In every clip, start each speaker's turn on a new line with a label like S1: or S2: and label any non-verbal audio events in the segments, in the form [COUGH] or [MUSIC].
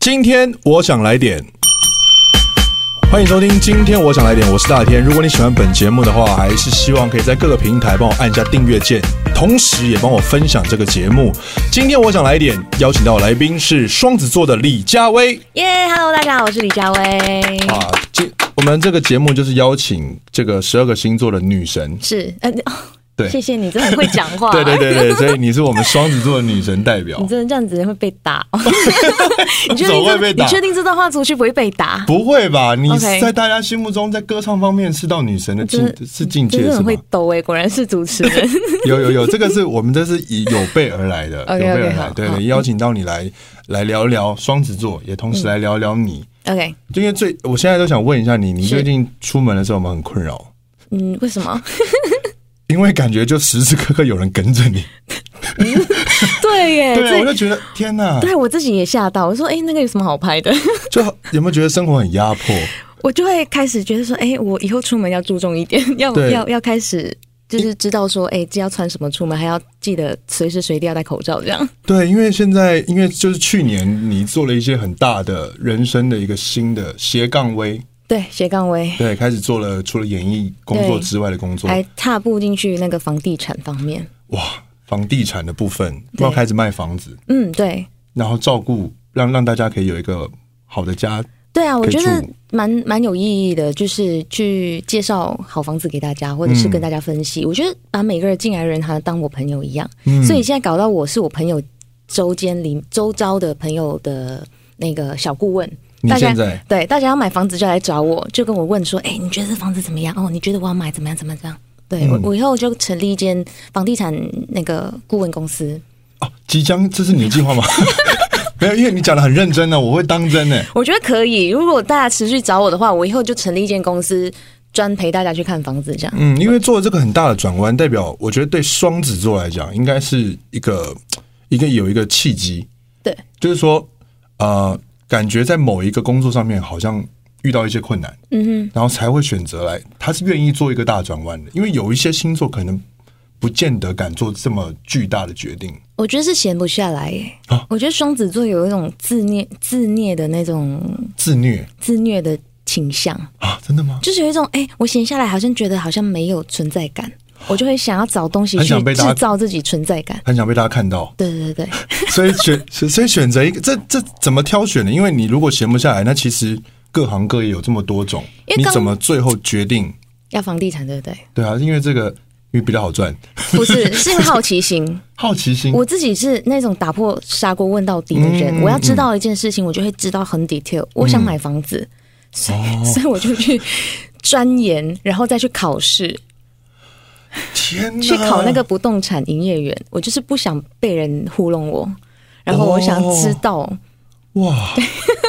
S1: 今天我想来点。欢迎收听，今天我想来点，我是大天。如果你喜欢本节目的话，还是希望可以在各个平台帮我按下订阅键，同时也帮我分享这个节目。今天我想来点，邀请到的来宾是双子座的李佳薇
S2: 耶、h e l l o 大家好，我是李佳薇。
S1: 啊。今我们这个节目就是邀请这个十二个星座的女神，
S2: 是，呃，哦
S1: 对
S2: 谢谢你，真的很会讲话。
S1: [LAUGHS] 对对对对，所以你是我们双子座的女神代表
S2: [LAUGHS] 你。真的这样子会被
S1: [LAUGHS]
S2: 打？你确
S1: 怎
S2: 定
S1: 么会被
S2: 这
S1: 打
S2: 你确定这段话出去不会被打？
S1: 不会吧？你
S2: OK
S1: 在大家心目中在歌唱方面是到女神的境
S2: 真
S1: 是境界
S2: 真的
S1: 是
S2: 很
S1: 吗
S2: 会？抖哎、果然是主
S1: [LAUGHS]
S2: 持人。
S1: 有有有，这个是我们这是以有备而来的，有
S2: OK，OK，
S1: 备而来。
S2: 好
S1: 对
S2: 好
S1: 对，邀请到你来来聊聊双子座，也同时来聊聊你。
S2: OK，
S1: 就因为最，我现在都想问一下你，你
S2: 是
S1: 最近出门的时候有没有很困扰？
S2: 嗯，为
S1: [LAUGHS]
S2: 什么？
S1: 因为感觉就时时刻刻有人跟着你，
S2: 对耶，
S1: 对啊，我
S2: 这
S1: 就觉得天哪，
S2: 对我自己也吓到，我说哎、那个有什么好
S1: [LAUGHS]
S2: 拍的？
S1: 就有没有觉得生活很压迫？
S2: 我就会开始觉得说，哎、我以后出门要注重一点， [LAUGHS] 要
S1: 对
S2: 要要开始。就是知道说，哎、这要穿什么出门，还要记得随时随地要戴口罩，这样。
S1: 对，因为现在，因为就是去年你做了一些很大的人生的一个新的斜杠威，
S2: 对，斜杠威
S1: 对，开始做了除了演艺工作之外的工作，
S2: 还踏步进去那个房地产方面。
S1: 哇，房地产的部分要开始卖房子，
S2: 嗯，对，
S1: 然后照顾让让大家可以有一个好的家，
S2: 对啊，我
S1: 可以
S2: 觉得
S1: 住
S2: 蛮蛮有意义的，就是去介绍好房子给大家，或者
S1: 嗯
S2: 是跟大家分析。我觉得把每个人进来的人，他当我朋友一样，
S1: 嗯
S2: 所以现在搞到我是我朋友周间里周遭的朋友的那个小顾问。
S1: 你
S2: 大家
S1: 现在
S2: 对，大家要买房子就来找我，就跟我问说，哎、你觉得这房子怎么样？哦，你觉得我要买怎么样？怎么样？怎么样？对、
S1: 嗯
S2: 我，我以后就成立一间房地产那个顾问公司，
S1: 哦，即将这是你的计划吗？没有，因为你讲的很认真呢，啊我会当真呢。
S2: 我觉得可以。如果大家持续找我的话，我以后就成立一间公司，专陪大家去看房子，这样。
S1: 嗯，因为做了这个很大的转弯，代表我觉得对双子座来讲，应该是一个一个有一个契机，
S2: 对，
S1: 就是说，呃，感觉在某一个工作上面好像遇到一些困难，嗯哼，然后才会选择来，他是愿意做一个大转弯的，因为有一些星座可能不见得敢做这么巨大的决定。
S2: 我觉得是闲不下来耶。
S1: 啊
S2: 我觉得双子座有一种自虐、自虐的那种
S1: 自虐
S2: 自虐的倾向，
S1: 啊，真的吗？
S2: 就是有一种哎、我闲下来好像觉得好像没有存在感，我就会想要找东西
S1: 很
S2: 去
S1: 想被大家
S2: 制造自己存在感。
S1: 很想被大家看到， [LAUGHS]
S2: 对对对，
S1: 所以选，所以选择一个，这这怎么挑选呢？因为你如果闲不下来，那其实各行各业有这么多种，
S2: 因为
S1: 你
S2: 刚
S1: 怎么最后决定？
S2: 要房地产对不对？
S1: 对啊，因为这个因为比较好赚，
S2: 不是，是因为好奇心。
S1: 好奇心
S2: 我自己是那种打破砂锅问到底的人，
S1: 嗯
S2: 我要知道一件事情，我就会知道很 detail。我想买房子，所以、
S1: 哦
S2: [LAUGHS] 所以我就去钻研，然后再去考试，
S1: 天哪，
S2: 去考那个不动产营业员。我就是不想被人糊弄我，然后我想知道，
S1: 哦哇！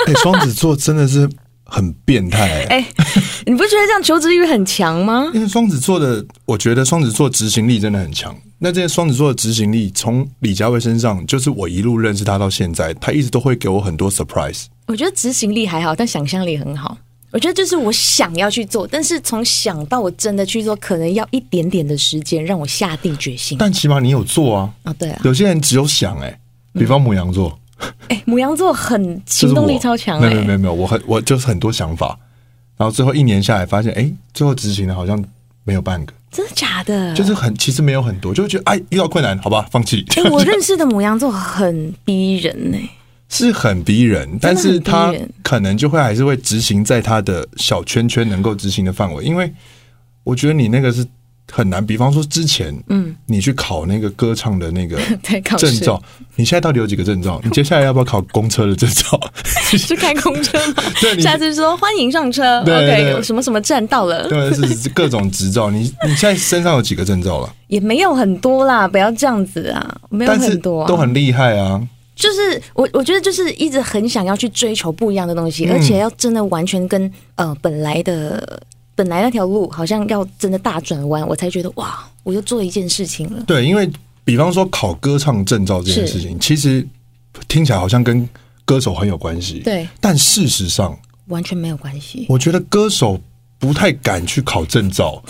S1: 哎，双子座真的是很变态、欸。
S2: 哎、 [LAUGHS] 你不觉得这样求知欲很强吗？
S1: 因为双子座的，我觉得双子座执行力真的很强。那这些双子座的执行力，从李佳薇身上，就是我一路认识他到现在，他一直都会给我很多 surprise。
S2: 我觉得执行力还好，但想象力很好。我觉得就是我想要去做，但是从想到我真的去做，可能要一点点的时间让我下定决心。
S1: 但起码你有做啊，
S2: 啊、对啊，
S1: 有些人只有想哎、比方母羊座，
S2: 哎、母羊座很
S1: 这是
S2: 行
S1: 我
S2: 嗯动力超强、
S1: 没
S2: 哎，
S1: 有没有没有没有，我很我就是很多想法，然后最后一年下来发现，哎、最后执行的好像没有半个，
S2: 真的假的？
S1: 就是很其实没有很多，就会觉得哎遇到困难，好吧，放
S2: [LAUGHS]
S1: 弃， [LAUGHS]
S2: 哎、我认识的母羊座很逼人呢、哎
S1: 是很逼人，但是
S2: 真的很
S1: 他
S2: 逼人
S1: 可能就会还是会执行在他的小圈圈能够执行的范围，因为我觉得你那个是很难，比方说之前，嗯，你去考那个歌唱的那
S2: [LAUGHS]
S1: 个
S2: 对考试
S1: 证照，你现在到底有几个证照？你接下来要不要考公车的证照？
S2: [LAUGHS]
S1: [LAUGHS]
S2: 去开公车吗
S1: 对？ [LAUGHS] 你
S2: 下次说欢迎上车
S1: 对对对
S2: ，OK，什么什么站到 [LAUGHS] 了，
S1: 对，是各种执照。你你现在身上有几个证照了？
S2: 也没有很多啦，不要这样子啊，没有
S1: 但是
S2: 很多、啊，
S1: 都很厉害啊！
S2: 就是我我觉得就是一直很想要去追求不一样的东
S1: 嗯
S2: 西，而且要真的完全跟呃本来的本来那条路好像要真的大转弯，我才觉得哇，我又做一件事情了。
S1: 对，因为比方说考歌唱证照这件事情，其实听起来好像跟歌手很有关系，
S2: 对，
S1: 但事实上，
S2: 完全没有关系。
S1: 我觉得歌手不太敢去考证
S2: [LAUGHS]
S1: 照，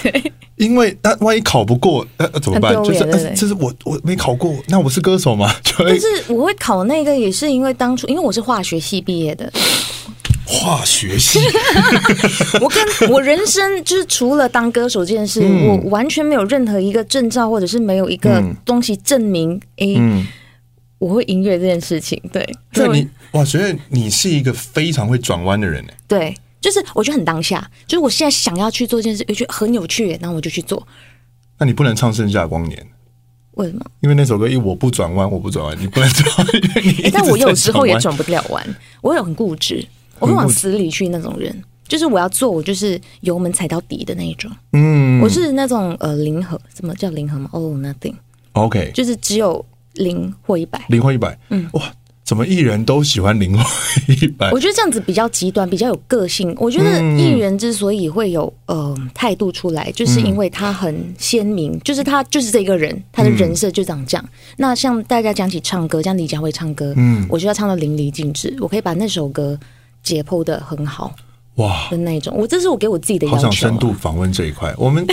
S1: 因为那万一考不过，那、呃、怎么办？
S2: 很
S1: 就
S2: 丢
S1: 是、
S2: 脸对不
S1: 呃、
S2: 对
S1: 就是我我没考过，那我是歌手吗？ [LAUGHS] 就会
S2: [LAUGHS] 但是我会考那个，也是因为当初因为我是化学系毕业的， [LAUGHS]
S1: 化学系
S2: 我跟我人生就是除了当歌手这件事，我完全没有任何一个证照，或者是没有一个
S1: 嗯
S2: 东西证明诶、我会音乐这件事情。对，
S1: 对
S2: 所以我
S1: 你，我觉得你是一个非常会转弯的人欸呢。
S2: 对，就是我觉得很当下，就是我现在想要去做这件事，我觉得很有趣，然后我就去做。
S1: 那你不能唱《盛夏光年》，
S2: 为什么？
S1: 因为那首歌一我不转弯，我不转弯，你 [LAUGHS] 不能转弯。因为你一直
S2: 诶哎但我有时候也
S1: 在弯
S2: 转不了弯，我有很固执，我会往死里去那种人。就是我要做，我就是油门踩到底的那一种。
S1: 嗯
S2: 我是那种呃零和，什么叫零和吗？哦、nothing，
S1: ，OK，
S2: 就是只有零或一百。
S1: 零或一百，嗯，哇，怎么艺人都喜欢零或一百？
S2: 我觉得这样子比较极端，比较有个性。我觉得
S1: 嗯
S2: 艺人之所以会有呃态度出来，就是因为他很鲜
S1: 嗯
S2: 明，就是他就是这个人，他的人设就长这样。那像大家讲起唱歌，像李佳慧唱歌，嗯，我就要唱到淋漓尽致，我可以把那首歌解剖的很好
S1: 哇，
S2: 的那一种。我这是我给我自己的
S1: 好
S2: 要
S1: 想
S2: 求啊、
S1: 深度访问这一块，我们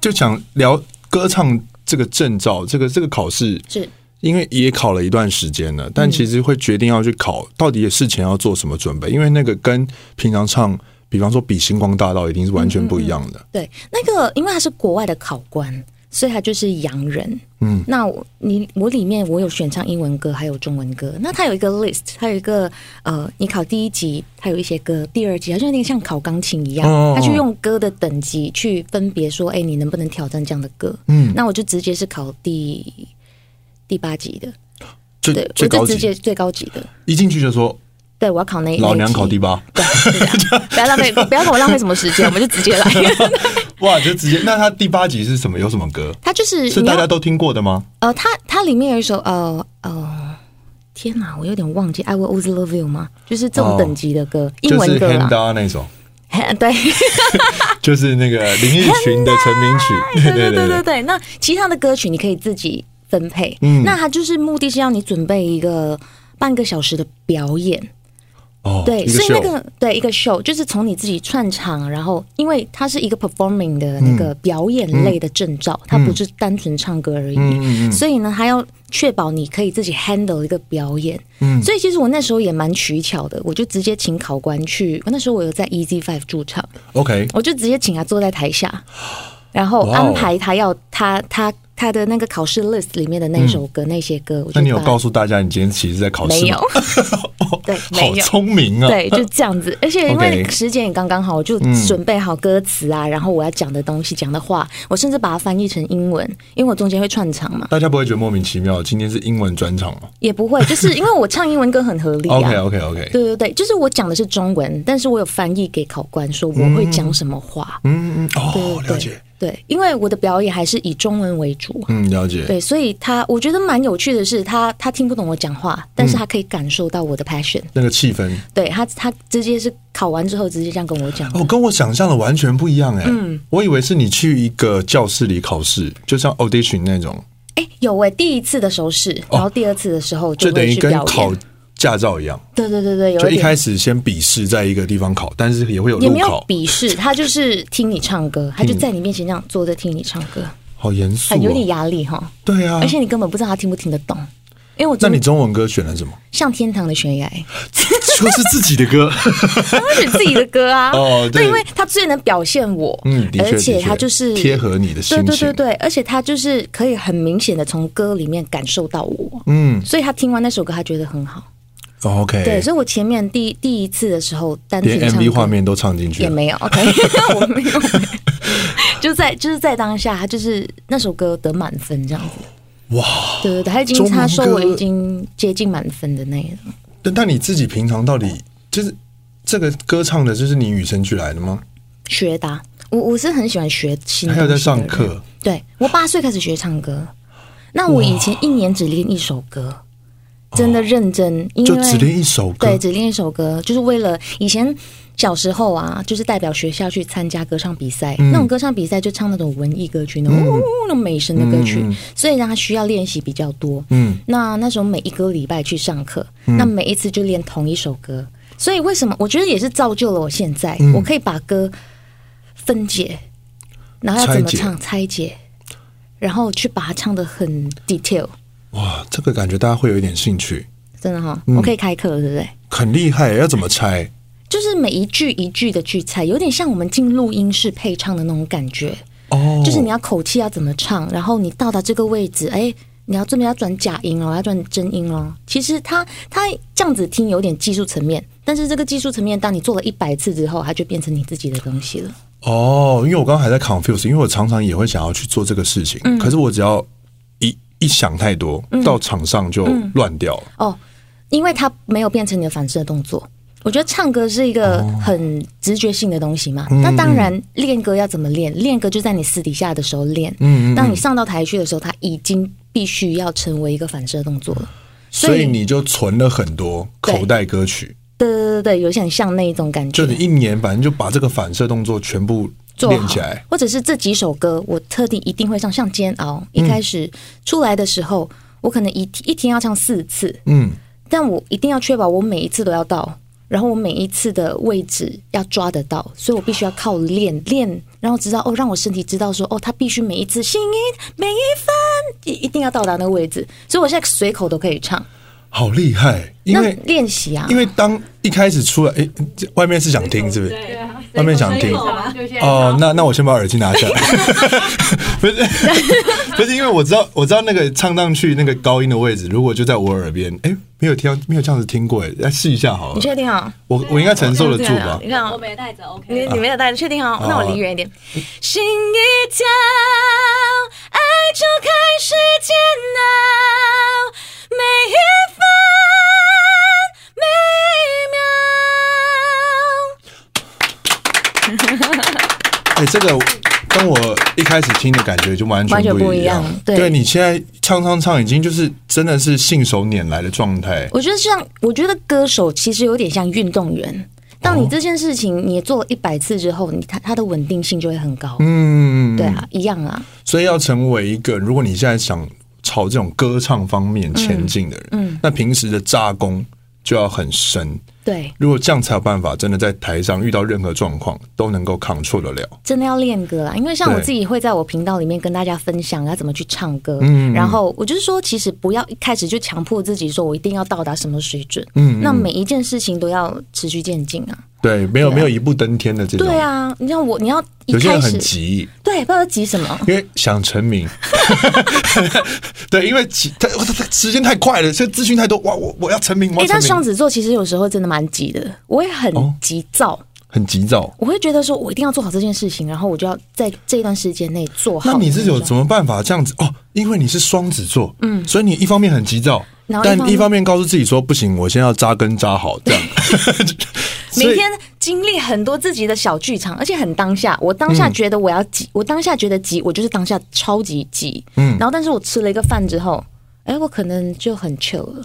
S1: 就想聊歌唱这个证照，这个这个考试，
S2: 是
S1: 因为也考了一段时间了，
S2: 嗯
S1: 但其实会决定要去考，到底事前要做什么准备，因为那个跟平常唱，比方说比星光大道，一定是完全不一样的。
S2: 对那个，因为他是国外的考官，所以他就是洋人。
S1: 嗯，
S2: 那我你我里面我有选唱英文歌，还有中文歌。那它有一个 list，它有一个呃，你考第一集，它有一些歌；第二集，它就有点像考钢琴一样
S1: 哦哦哦，
S2: 它去用歌的等级去分别说，哎，你能不能挑战这样的歌？
S1: 嗯，
S2: 那我就直接是考第第八级的，
S1: 最
S2: 对，
S1: 最
S2: 我
S1: 高
S2: 就直
S1: 级
S2: 接最高级的。
S1: 一进去就说
S2: 对，我要考那
S1: 老娘考
S2: 那
S1: 第
S2: 一集，
S1: 八，
S2: [LAUGHS] 对，是这样不要浪费，不要跟我浪费什么时间，我们就直接
S1: [LAUGHS]
S2: 来。
S1: 哇，就直接。那他第八集是什么？有什么歌？
S2: 它就是
S1: 是
S2: 你
S1: 大
S2: 要
S1: 家都听过的吗？
S2: 呃，它它里面有一首呃呃，天哪，我有点忘记《I Will Always Love You》吗？就是这
S1: 哦
S2: 种等级的歌，英
S1: 就是
S2: 文歌啊
S1: Hand
S2: 啦。
S1: Da 那首，
S2: 对
S1: 就是那个林奕群的成名曲。对对
S2: [LAUGHS] 对 [LAUGHS] 对对
S1: 对
S2: 对对。那其他的歌曲你可以自己分配。
S1: 嗯
S2: 那它就是目的是要你准备一个半个小时的表演。
S1: 哦，
S2: 对，
S1: 一个
S2: 所以那
S1: show
S2: 个对一个 show 就是从你自己串场，然后因为它是一个 performing 的那
S1: 嗯
S2: 个表演类的证照，它不是单纯唱歌而已，
S1: 嗯嗯嗯
S2: 所以呢，它要确保你可以自己 handle 一个表演。
S1: 嗯
S2: 所以其实我那时候也蛮取巧的，我就直接请考官去，我那时候我有在 Easy Five 驻唱，
S1: OK，
S2: 我就直接请他坐在台下，然后
S1: 哇哦
S2: 安排他要他他他的那个考试 list 里面的那一首歌、那些歌，我就
S1: 嗯那你有
S2: 把
S1: 告诉大家你今天其实在考
S2: 没
S1: 试
S2: 有
S1: 吗？？
S2: 对，
S1: [LAUGHS]
S2: 没
S1: 好
S2: 有。 [LAUGHS]
S1: 聪明啊！
S2: 对，就这样子。而且因为
S1: OK
S2: 时间也刚刚好，我就准备好歌词啊，然后我要讲的东西、讲的话，我甚至把它翻译成英文，因为我中间会串场嘛，
S1: 大家不会觉得莫名其妙，今天是英文专场啊吗
S2: 也不会，就是因为我唱英文歌很合理
S1: ？OK
S2: 啊。
S1: OK OK，
S2: 对对对，就是我讲的是中文，但是我有翻译给考官说我会讲什么话。
S1: 嗯嗯，哦，了
S2: 对
S1: 解
S2: 对，对，因为我的表演还是以中文为主。
S1: 嗯了解，
S2: 对，所以他我觉得蛮有趣的是，他他听不懂我讲话，但是他可以感受到我的 passion、
S1: 那个气氛
S2: 对他，他直接是考完之后直接这样跟我讲。
S1: 哦，跟我想象的完全不一样哎，
S2: 嗯
S1: 我以为是你去一个教室里考试，就像 audition 那种，
S2: 哎、有哎、第一次的时候是，然后第二次的时候
S1: 就
S2: 就
S1: 哦等
S2: 会
S1: 于
S2: 去
S1: 跟
S2: 表
S1: 考
S2: 演。
S1: 驾照一样，
S2: 对对对对，有
S1: 就
S2: 一
S1: 一
S2: 点
S1: 开始先笔试，在一个地方考，但是也会有
S2: 也
S1: 路
S2: 没有
S1: 考，[LAUGHS]
S2: 笔试，他就是听你唱歌，他就在你面前这样坐着听你唱歌，
S1: 好严肃
S2: 很有点
S1: 哦，
S2: 压力哈。
S1: 对啊
S2: 而。且你根本不知道他听不听得懂，因为我
S1: 那
S2: 真
S1: 你
S2: 的
S1: 中文歌选了什
S2: [LAUGHS]
S1: 么？
S2: 像天堂的悬崖，
S1: 就是自己的
S2: [LAUGHS]
S1: 歌，
S2: 他会选自己的歌啊。
S1: [LAUGHS] 哦对
S2: 那因为他最能表现我，
S1: 嗯，的确，
S2: 而且
S1: 的确
S2: 他就是
S1: 贴合你的心
S2: 对
S1: 情，
S2: 对对对，而且他就是可以很明显的从歌里面感受到我，
S1: 嗯
S2: 所以他听完那首歌，他觉得很好。
S1: 哦，OK，
S2: 对，所以我前面第第一次的时候单
S1: 连
S2: 听唱
S1: MV
S2: 歌
S1: 画面都唱进去
S2: 也
S1: 了，[LAUGHS]
S2: 没有，OK，我没有， [LAUGHS] 就在就是在当下，他就是那首歌得满分这样子。
S1: 哇！
S2: 对对对，他已经
S1: 中文歌
S2: 他说我已经接近满分的那一种。
S1: 但但你自己平常到底就是这个歌唱的，就是你与生俱来的吗？
S2: 学的啊，我我是很喜欢学新。
S1: 还有在上，课，
S2: 对我八岁开始学唱歌，那我以前一年只练一首歌，真的认真，因
S1: 哦就只
S2: 为。
S1: 练一首歌
S2: 对，，只练一首歌，就是为了以前小时候啊，就是代表学校去参加歌唱比赛，
S1: 嗯
S2: 那种歌唱比赛就唱那种文艺歌曲，那种、呜呜呜那种美声的歌曲，所以让他需要练习比较多。
S1: 嗯，
S2: 那那时候每一个礼拜去上课，那每一次就练
S1: 嗯
S2: 同一首歌，所以为什么我觉得也是造就了我现在，我可以把歌分解，然后要怎么
S1: 拆解
S2: 唱拆解，然后去把它唱的很 detail，
S1: 哇，这个感觉大家会有一点兴趣，
S2: 真的哈、
S1: 嗯
S2: 我可以开课了，对不对？
S1: 很厉害，要怎么拆？
S2: 就是每一句一句的去猜，有点像我们进录音室配唱的那种感觉，
S1: 哦，
S2: 就是你要口气要怎么唱，然后你到达这个位置，哎，你要这边要转假音哦，要转真音哦。其实它它这样子听有点技术层面，但是这个技术层面，当你做了一百次之后，它就变成你自己的东西了。
S1: 哦，因为我刚刚还在 confuse，因为我常常也会想要去做这个事情，可是我只要一一想太多，到场上就乱掉了。
S2: 哦，因为它没有变成你的反射动作。我觉得唱歌是一个很直觉性的东西嘛。那当然，练歌要怎么练？练歌就在你私底下的时候练。嗯当你上到台去的时候，它已经必须要成为一个反射动作了。
S1: 所
S2: 所以
S1: 以你就存了很多口袋歌曲，
S2: 对对对对，有点像那一种感觉
S1: 就。你一年反正就把这个反射动作全部
S2: 做
S1: 练
S2: 好
S1: 起来。，
S2: 或者是这几首歌，我特地一定会唱，像《煎熬》
S1: 嗯
S2: 一开始出来的时候，我可能一一天要唱四次，
S1: 嗯，
S2: 但我一定要确保我每一次都要到，然后我每一次的位置要抓得到，所以我必须要靠练练，然后知道哦，让我身体知道说哦，他必须每一次心一每一分一一定要到达那个位置，所以我现在随口都可以唱。
S1: 好厉害，因
S2: 那
S1: 为
S2: 练习啊
S1: 因，为当一开始出来，诶，这外面是想听是不是？
S3: 对啊，
S1: 外面想听
S3: 随口嘛就先
S1: 哦，那那我先把耳机拿下来，不是不是，因为我知道我知道那个唱上去那个高音的位置，如果就在我耳边，哎、没有听到没有这样子听过，哎，来试一下好
S2: 你
S1: 了，
S2: 确定啊？
S1: 我我应该承受得住
S2: 对
S1: 吧
S2: 啊，？你看啊
S3: 我没带着，OK
S2: 你。你没有带，确定哦？那我离远一点。心一跳，爱就开始煎熬，每一分每一秒。
S1: 哎、这个跟我一开始听的感觉就完全
S2: 完全
S1: 不
S2: 不一
S1: 样
S2: 样。对
S1: 你现在唱唱唱，已经就是真的是信手拈来的状态。
S2: 我觉得像，我觉得歌手其实有点像运动员。当你这件事情你做了一百次之后，你它它的稳定性就会很高。
S1: 嗯，
S2: 对啊，一样啊。
S1: 所以要成为一个，如果你现在想朝这种歌唱方面前进的人，
S2: 嗯
S1: 那平时的扎功就要很深。
S2: 对，
S1: 如果这样才有办法，真的在台上遇到任何状况都能够 control 得了。
S2: 真的要练歌啦，因为像
S1: 对
S2: 我自己会在我频道里面跟大家分享要怎么去唱歌，
S1: 嗯
S2: 然后我就是说，其实不要一开始就强迫自己说我一定要到达什么水准，嗯，那每一件事情都要持续渐进啊，
S1: 对，没有、
S2: 对啊
S1: 没有一步登天的这种。
S2: 对啊，你像我，你要一
S1: 有些
S2: 开
S1: 人很
S2: 始
S1: 急，
S2: 对，不知道急什么，
S1: 因为想成名， [LAUGHS] 对，因为急他他他时间太快了，所以资讯太多，哇，我我要成名，我
S2: 诶，
S1: 要
S2: 哎但
S1: 成
S2: 双
S1: 名，
S2: 子座其实有时候真的蛮急的，我也很
S1: 哦
S2: 急躁。
S1: 很急躁。
S2: 我会觉得说，我一定要做好这件事情，然后我就要在这段时间内做好。
S1: 那你是有
S2: 做？
S1: 什么办法这样子？哦，因为你是双子座，嗯，所以你一方面很急躁，
S2: 然后一
S1: 但
S2: 方面
S1: 一方面告诉自己说不行，我先要扎根扎好，
S2: [LAUGHS]
S1: 这样。所以
S2: 每天经历很多自己的小剧场，而且很当下。我当
S1: 嗯
S2: 下觉得我要急，我当下觉得急，我就是当下超级急。嗯，然后但是我吃了一个饭之后，哎，我可能就很 chill
S1: [LAUGHS]
S2: 了。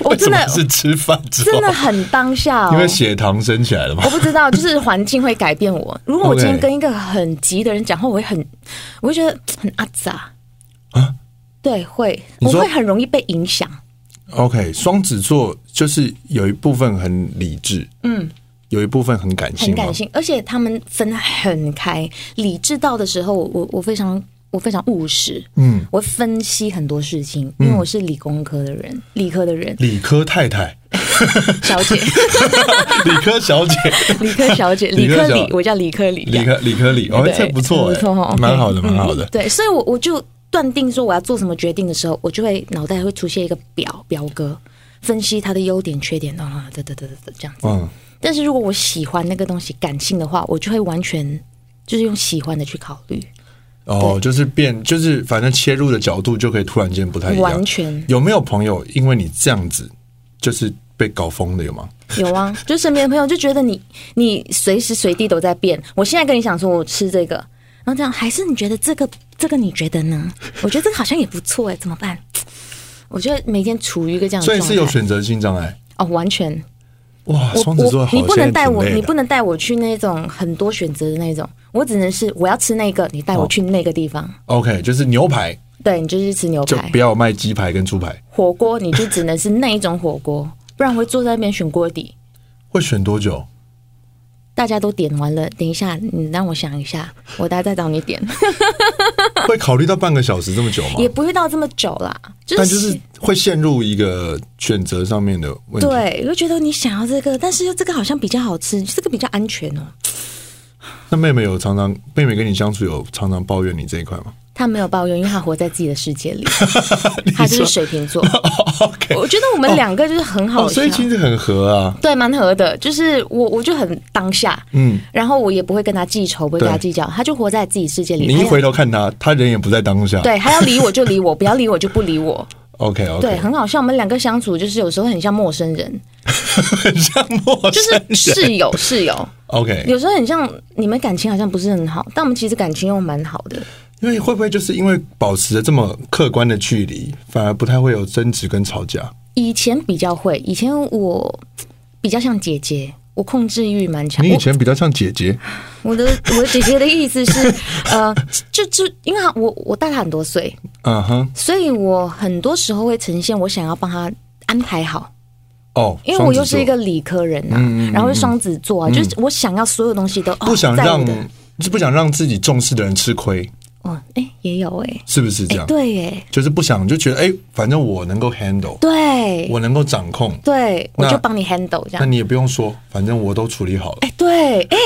S2: 我
S1: 为什
S2: 真的
S1: 么是吃饭之后
S2: 真，的很当下、
S1: 因为
S2: 哦。
S1: 血糖升起来了嘛
S2: 我。不知道，就是环境会改
S1: [LAUGHS]
S2: 变我。如果我今天
S1: OK
S2: 跟一个很急的人讲话，我会很，我会觉得很阿杂
S1: 啊。
S2: 对，会，
S1: 你
S2: 我
S1: 说
S2: 会很容易被影响。
S1: OK，双子座就是有一部分很理智，嗯，有一部分很感性
S2: 很
S1: 嘛，
S2: 感性，而且他们分得很开，理智到的时候，我我非常我非常务实，
S1: 嗯，
S2: 我分析很多事情，因为我是理工科的人，理科的人
S1: 理科太
S2: [LAUGHS]
S1: 太，
S2: 小
S1: [LAUGHS]
S2: 姐，
S1: 理科小
S2: [LAUGHS]
S1: 姐。
S2: 理科小姐，
S1: 理
S2: 理
S1: 科
S2: 科
S1: 小
S2: 理，我叫理科理，
S1: 理科理科理，哦，
S2: 对
S1: 这不错哎，
S2: 不错哦
S1: 蛮好的，蛮好的。
S2: 对，所以我我就断定说我要做什么决定的时候，我就会脑袋会出现一个表表格，分析它的优点、缺点，啊，对对对对对，这样子。
S1: 嗯，
S2: 但是如果我喜欢那个东西，感性的话，我就会完全就是用喜欢的去考虑，
S1: 哦，就是变，就是反正切入的角度就可以突然间不太一样
S2: 完。全。
S1: 有没有朋友因为你这样子，就是被搞疯的有吗？[LAUGHS]
S2: 有啊，就身边的朋友就觉得你你随时随地都在变。我现在跟你讲说我吃这个，然后这样还是你觉得这个这个你觉得呢？我觉得这个好像也不错哎、怎么办？我觉得每天处于一个这样的
S1: 所
S2: 嗯状
S1: 以
S2: 态，
S1: 是有选择性障碍。
S2: 哦，完全。
S1: 哇，
S2: 我
S1: 双子座
S2: 我
S1: 好
S2: 你不能带
S1: 像也挺
S2: 我，
S1: 累的
S2: 你不能带我去那种很多选择的那种，我只能是我要吃那个，你带我去那个地方。
S1: OK，就是牛排
S2: 对你就是吃牛
S1: 嗯就
S2: 排
S1: 不，要卖鸡排跟猪排，
S2: 火锅你就只能 [LAUGHS] 是那一种火锅，不然我会坐在那边选锅底。
S1: 会选多久？
S2: 大家都点完了，等一下你让我想一下，我待再找你点，
S1: 会考虑到半个小时这么久吗？
S2: 也不会到这么久啦。就
S1: 但就是会陷入一个选择上面的问题。
S2: 对，我就觉得你想要这个，但是又这个好像比较好吃，这个比较安全哦。
S1: 那妹妹有常常妹妹跟你相处有常常抱怨你这一块吗？
S2: 他没有抱怨，因为他活在自己的世界 [LAUGHS] 里，哦
S1: 你
S2: 他就
S1: 说
S2: 是水瓶 [LAUGHS] 座。
S1: OK，
S2: 我觉得我们两个就是很好
S1: 哦，
S2: 笑，
S1: 所以其实很合啊。
S2: 对，蛮合的。就是我，我就很当下，
S1: 嗯，
S2: 然后我也不会跟他记仇，不会跟他
S1: 对
S2: 计较，他就活在自己世界里。
S1: 你
S2: 他
S1: 一
S2: 要
S1: 回头看他，他人也不在当下。
S2: 对，他要理我就理我，不要理我就不理 [LAUGHS] 我。
S1: ，OK
S2: 对，
S1: OK，
S2: 很好笑。我们两个相处就是有时候很像陌生人，
S1: 很像陌
S2: 就
S1: [LAUGHS] 生人。
S2: 是室友室友，
S1: OK，
S2: 有时候很像你们感情好像不是很好，但我们其实感情又蛮好的。
S1: 因为会不会就是因为保持着这么客观的距离，反而不太会有争执跟吵架？
S2: 以前比较会，以前我比较像姐姐，我控制欲蛮强。
S1: 你以
S2: 我
S1: 前比较像姐姐，
S2: 我的我的姐姐的意思是， [LAUGHS] 呃，就就因为她我我大她很多岁，
S1: 嗯哼，
S2: 所以我很多时候会呈现我想要帮她安排好。
S1: 哦，
S2: 因为我
S1: 双
S2: 又
S1: 子座
S2: 是一个理科人
S1: 嗯
S2: 啊，然后是双子座啊，就是我想要所有东西都
S1: 不想
S2: 哦、在我
S1: 让
S2: 的
S1: 就不想让自己重视的人吃亏，
S2: 哦，哎、也有哎、
S1: 是不是这
S2: 哎、
S1: 样？
S2: 对耶，
S1: 就是不想就觉得哎、反正我能够 handle，
S2: 对
S1: 我能够掌控，
S2: 对，
S1: 那
S2: 我就帮你 handle 这
S1: 那
S2: 样，
S1: 你也不用说，反正我都处理好了，
S2: 哎、对，哎、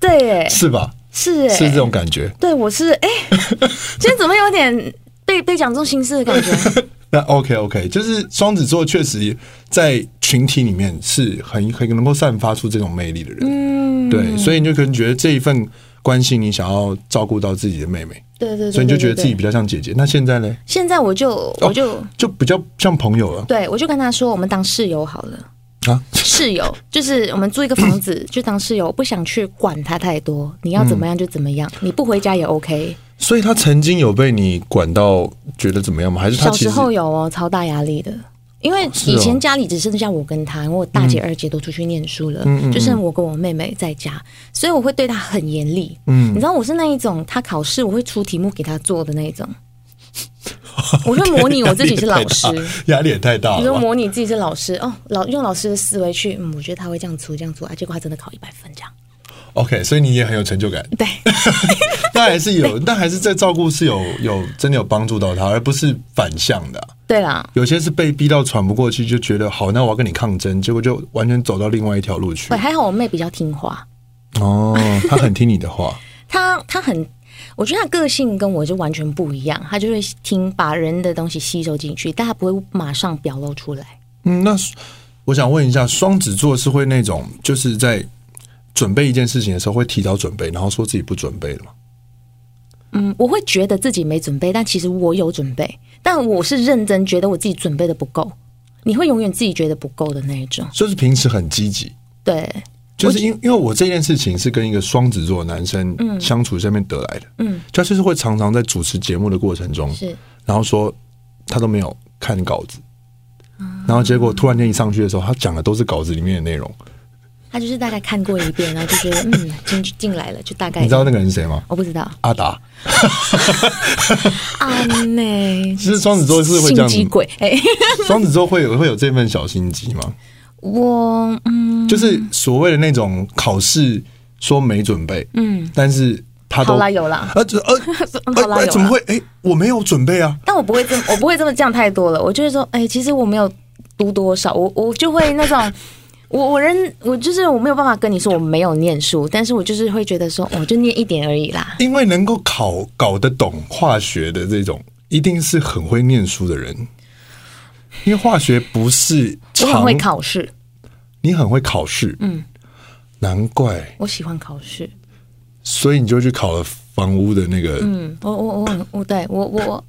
S2: 对耶，
S1: 是吧？
S2: 是
S1: 是
S2: 哎
S1: 这，种感觉。
S2: 对我是哎，今天怎么有点被被讲中心事的
S1: [LAUGHS]
S2: 感觉？
S1: 那 OK OK，就是双子座确实在群体里面是很很能够散发出这种魅力的人，
S2: 嗯，
S1: 对，所以你就可能觉得这一份关系你想要照顾到自己的妹妹，
S2: 对对对，
S1: 所以你就觉得
S2: 对
S1: 自己哦
S2: 对
S1: 比较像姐姐。那现在呢，
S2: 现在我就我就、
S1: 就比较像朋友了
S2: 对我就跟他说，我们当室友好了。
S1: 啊。
S2: 室友就是我们租一个房子就当室友，我不想去管他太多，你要怎么样就怎么样，你不回家也 OK。
S1: 所以他曾经有被你管到觉得怎么样吗？还是他
S2: 小
S1: 其
S2: 时
S1: 实
S2: 候有哦，超大压力的。因为
S1: 是哦嗯
S2: 以前家里只剩下我跟他，因为我大姐、二姐都出去念书了，就剩我跟我妹妹在家，所以我会对她很严厉。
S1: 嗯
S2: 你知道我是那一种，她考试我会出题目给她做的那一种，我会模拟我自己是
S1: [LAUGHS]
S2: 老师，
S1: 压力也太大
S2: 我
S1: 了
S2: 就
S1: 吧？
S2: 模拟自己是老师哦，老用老师的思维去，嗯，我觉得他会这样出这样出啊，结果他真的考一百分这样。
S1: OK，所以你也很有成就感，
S2: 对，
S1: 但还是有，但还是在照顾是有有真的有帮助到他，而不是反向的啊、
S2: 对啦，
S1: 有些是被逼到喘不过气，就觉得好，那我要跟你抗争，结果就完全走到另外一条路去
S2: 对，。还好我妹比较听话，
S1: 哦，他很听你的话， [LAUGHS]
S2: 她她很，我觉得她个性跟我就完全不一样，她就会听把人的东西吸收进去，但她不会马上表露出来。
S1: 嗯，那我想问一下，双子座是会那种就是在准备一件事情的时候会提早准备，然后说自己不准备的吗？
S2: 嗯，我会觉得自己没准备，但其实我有准备，但我是认真觉得我自己准备的不够，你会永远自己觉得不够的那一种。
S1: 就是平时很积极，
S2: 对，
S1: 就是因因为我这件事情是跟一个双子座的男生
S2: 嗯
S1: 相处上面得来的，嗯，他就是会常常在主持节目的过程中，
S2: 是
S1: 然后说他都没有看稿子，
S2: 啊
S1: 然后结果突然间一上去的时候，他讲的都是稿子里面的内容。
S2: 她就是大概看过一遍，然后就觉得嗯进进来了，就大概
S1: 你知道那个人是谁吗？
S2: 我不知道
S1: 阿达，
S2: 啊呢。
S1: 其实双子座是会这样
S2: 心机
S1: 子，
S2: 鬼哎、
S1: 双子座会有会有这份小心机吗？
S2: 我嗯，
S1: 就是所谓的那种考试说没准备，嗯，但是他都
S2: 好啦有啦，
S1: 呃这呃
S2: [LAUGHS]
S1: 呃
S2: 好啦有
S1: 呃
S2: 啦
S1: 怎么会？哎，我没有准备啊，
S2: 但我不会这么，我 [LAUGHS] 不会这么这样太多了。我就会说，哎、其实我没有读多少，我我就会那种， [LAUGHS] 我我人我就是我没有办法跟你说我没有念书，但是我就是会觉得说，我就念一点而已啦。
S1: 因为能够考搞得懂化学的这种，一定是很会念书的人，因为化学不是
S2: 我很
S1: 常
S2: 会，考试，
S1: 你很会考试，嗯，难怪，
S2: 我喜欢考试。
S1: 所以你就去考了房屋的那个，
S2: 嗯，我我我很我对我我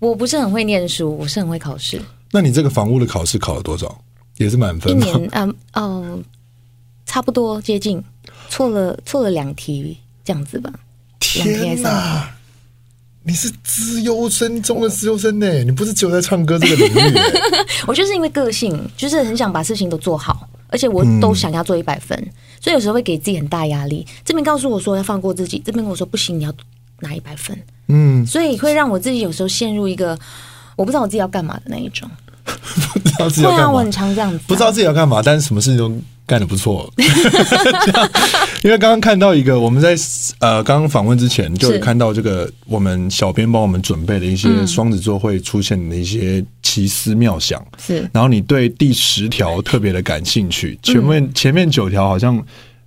S2: 我不是很会念书，我是很会考试。
S1: 那你这个房屋的考试考了多少？也是满
S2: 一
S1: 分吗？ [LAUGHS]
S2: 年嗯哦，差不多接近，错了错了两题这样子吧。两天还
S1: 天
S2: 是
S1: 哪！你是资优生中的资优生呢、你不是只有在唱歌这个领域、
S2: [LAUGHS]
S1: 欸
S2: 我就是因为个性，就是很想把事情都做好，而且我
S1: 嗯
S2: 都想要做一百分，所以有时候会给自己很大压力。这边告诉我说要放过自己，这边跟我说不行，你要拿一百分，
S1: 嗯，
S2: 所以会让我自己有时候陷入一个我不知道我自己要干嘛的那一种。
S1: 不知道自己
S2: 会
S1: 要干
S2: 啊，我
S1: 嘛
S2: 很，常这样子啊、
S1: 不知道自己要干嘛，但是什么事情都干的不错。这样因为刚刚看到一个，我们在呃刚刚访问之前就有
S2: 是
S1: 看到这个我们小编帮我们准备的一些双子座会出现的一些奇思妙想，
S2: 是
S1: 然后你对第十条特别的感兴趣，前面、前面九条好像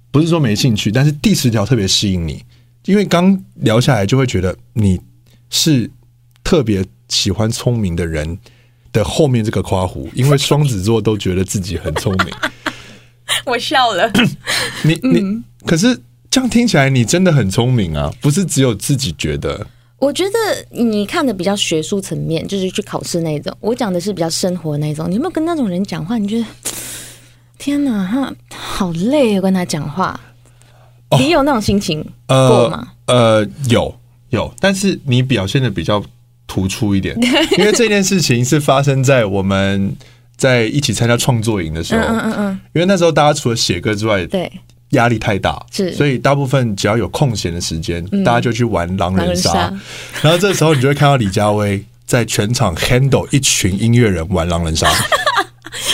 S1: 不是说没兴趣，但是第十条特别吸引你，因为刚聊下来就会觉得你是特别喜欢聪明的人的后面这个夸胡，因为双子座都觉得自己很聪明，
S2: 我笑了，
S1: 你你可是这样听起来你真的很聪明啊，不是只有自己觉得，
S2: 我觉得你看的比较学术层面，就是去考试那一种。我讲的是比较生活那一种。你有没有跟那种人讲话？你觉得天哪，他好累，哦我跟他讲话。你有那种心情过
S1: 哦呃
S2: 吗？
S1: 呃，有有，但是你表现的比较突出一
S2: [LAUGHS]
S1: 点，因为这件事情是发生在我们在一起参加创作营的时候，
S2: 嗯嗯嗯，
S1: 因为那时候大家除了写歌之外，
S2: 对，
S1: 压力太大，
S2: 是嗯
S1: 所以大部分只要有空闲的时间，大家就去玩狼人杀，
S2: 狼人
S1: 然后这时候你就会看到李佳薇在全场 handle 一群音乐人玩狼人
S2: [LAUGHS]
S1: 杀，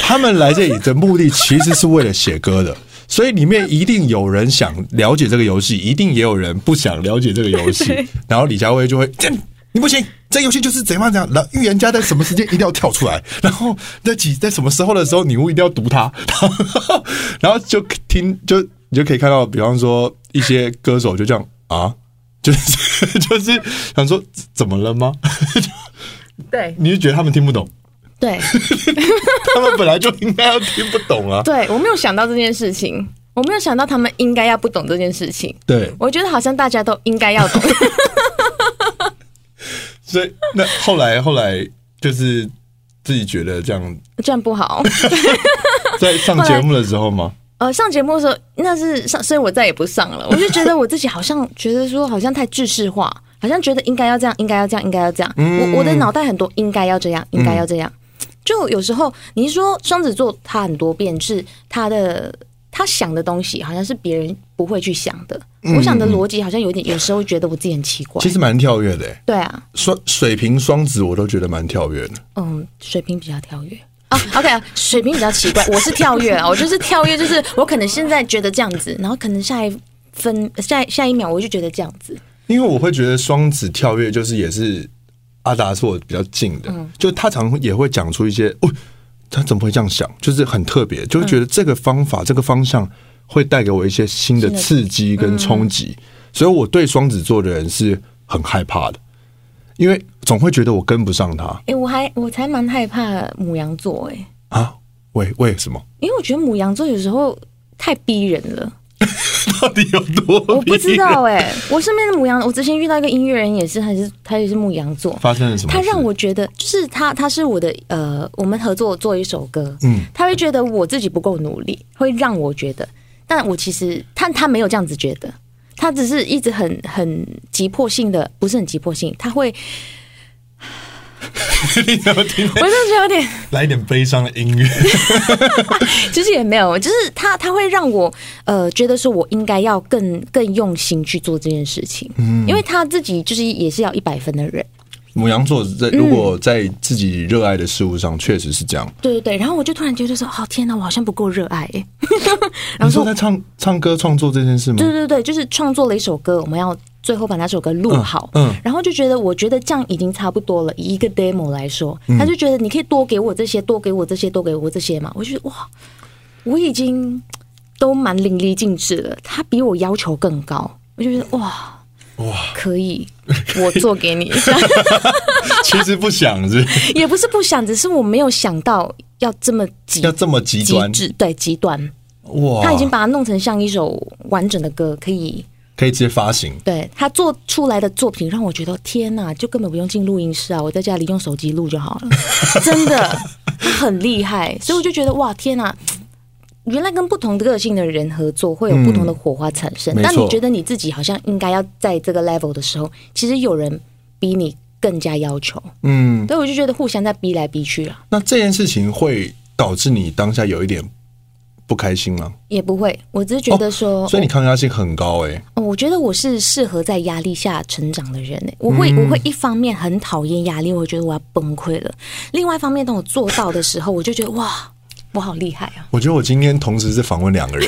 S1: 他们来这里的目的其实是为了写歌的。所以里面一定有人想了解这个游戏，一定也有人不想了解这个
S2: [LAUGHS]
S1: 游戏。然后李佳薇就会，这你不行，这游戏就是怎样怎样。然后预言家在什么时间一定要跳出来， [LAUGHS] 然后在几在什么时候的时候，女巫一定要读它。然后 [LAUGHS] 然后就听就你就可以看到，比方说一些歌手就这样啊，就是就是 [LAUGHS] 想说怎么了吗？
S2: 对
S1: 你就觉得他们听不懂，
S2: [LAUGHS] 对
S1: 他们本来就应该要听不懂啊。
S2: 对，我没有想到这件事情，我没有想到他们应该要不懂这件事情。
S1: 对，
S2: 我觉得好像大家都应该要 [LAUGHS] 懂。
S1: 所以那后来后来就是自己觉得这样，
S2: 这样不好。
S1: 在上节目的时候吗？
S2: 呃，上节目的时候，那是上，所以我再也不上了。我就觉得我自己好像觉得说，好像太制式化，好像觉得应该要这样，应该要这样，应该要这样。
S1: 嗯
S2: 我我的脑袋很多应该要这样，应该要这样。就有时候你一说双子座，他很多变是他的他想的东西，好像是别人不会去想的。我想的逻辑好像有点，有时候觉得我自己很奇
S1: 嗯
S2: 怪
S1: 其。实蛮跳跃的、欸，
S2: 对啊，
S1: 双水瓶双子我都觉得蛮跳跃的。
S2: 嗯，水平比较跳跃。啊、o k 水平比较奇怪，我是跳跃 [LAUGHS] 啊，我就是跳跃，就是我可能现在觉得这样子，然后可能下一分下一下一秒我就觉得这样子，
S1: 因为我会觉得双子跳跃就是也是阿达是我比较近的，
S2: 嗯
S1: 就他常也会讲出一些，哦，他怎么会这样想？就是很特别，就会觉得这个方法、这个方向会带给我一些新的刺激跟冲击，
S2: 嗯
S1: 所以我对双子座的人是很害怕的，因为总会觉得我跟不上他
S2: 诶、我还我才蛮害怕母羊座诶、
S1: 啊。为为什么？ [LAUGHS]
S2: 因为我觉得母羊座有时候太逼人了，
S1: 到底有多？
S2: 我不知道诶、 [LAUGHS] 我身边的母羊，我之前遇到一个音乐人也是，还是他也是母羊座，
S1: 发生了什么事。
S2: 他让我觉得，就是他，他是我的呃，我们合作做一首歌，
S1: 嗯
S2: 嗯，他会觉得我自己不够努力，会让我觉得，但我其实他他没有这样子觉得，他只是一直很很急迫性的，不是很急迫性，他 [LAUGHS] 会，
S1: [LAUGHS] 你怎么听 [LAUGHS]
S2: 我就觉得有点，
S1: 来一点悲伤的音乐？
S2: 其实也没有，就是他他会让我呃觉得说我应该要更更用心去做这件事情，嗯，因为他自己就是也是要一百分的人，
S1: 母羊座在
S2: 嗯
S1: 如果在自己热爱的事物上，确实是这样。
S2: 对对对，然后我就突然觉得说，哦天哪，我好像不够热爱、欸，然
S1: 你
S2: 后
S1: 说在唱唱歌创作这件事吗？
S2: 对对对，就是创作了一首歌，我们要最后把那首歌录好，
S1: 嗯嗯
S2: 然后就觉得我觉得这样已经差不多了。以一个 demo 来说，
S1: 嗯
S2: 他就觉得你可以多给我这些，多给我这些，多给我这些嘛。我就觉得哇，我已经都蛮淋漓尽致了，他比我要求更高，我就觉得哇。
S1: 哇，
S2: 可以，我做给你，
S1: [LAUGHS] 其实不想是不是
S2: 也不是不想，只是我没有想到要这么极
S1: 要这么极
S2: 极
S1: 端
S2: 致，对极端，
S1: 哇！
S2: 他已经把它弄成像一首完整的歌，可以
S1: 可以直接发行，
S2: 对他做出来的作品，让我觉得天哪，就根本不用进录音室啊，我在家里用手机录
S1: [LAUGHS]
S2: 就好了，真的，他很厉害，所以我就觉得哇，天哪！原来跟不同的个性的人合作，会有不同的火花产生。
S1: 没错
S2: 当你觉得你自己好像应该要在这个 level 的时候，其实有人比你更加要求，
S1: 嗯。
S2: 所以我就觉得互相在逼来逼去啊，
S1: 那这件事情会导致你当下有一点不开心吗？
S2: 也不会。我只是觉得说，
S1: 哦所以你抗压性很高欸诶、
S2: 哦，我觉得我是适合在压力下成长的人、欸、我会、我会一方面很讨厌压力，我会觉得我要崩溃了；，另外一方面，当我做到的时候，我就觉得哇，我好厉害啊！
S1: 我觉得我今天同时是访问两
S2: [LAUGHS]
S1: 个人，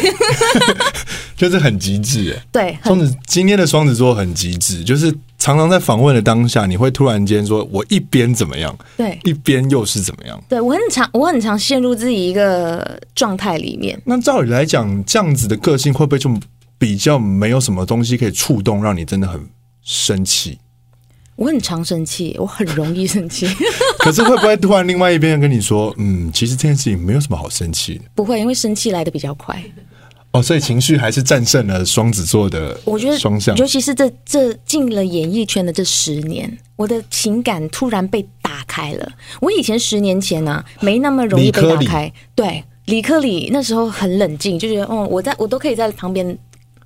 S1: 就是很极致欸。
S2: 对，很
S1: 双子今天的双子座很极致，就是常常在访问的当下，你会突然间说：“我一边怎么样，
S2: 对，
S1: 一边又是怎么样。
S2: 对我很常我很常陷入自己一个状态里面”。
S1: 那照理来讲，这样子的个性会不会就比较没有什么东西可以触动，让你真的很生气？ [LAUGHS]
S2: 我很常生气，我很容易生气。 [LAUGHS]
S1: 可是会不会突然另外一边跟你说：“嗯，其实这件事情没有什么好生气的。
S2: 不会，因为生气来的比较快。”
S1: 哦，所以情绪还是战胜了双子座的
S2: 我觉得
S1: 双向，
S2: 尤其是这这进了演艺圈的这十年，我的情感突然被打开了。我以前十年前呢、啊，没那么容易被打
S1: 理科
S2: 开。对，理科里那时候很冷静，就觉得哦，我在我都可以在旁边，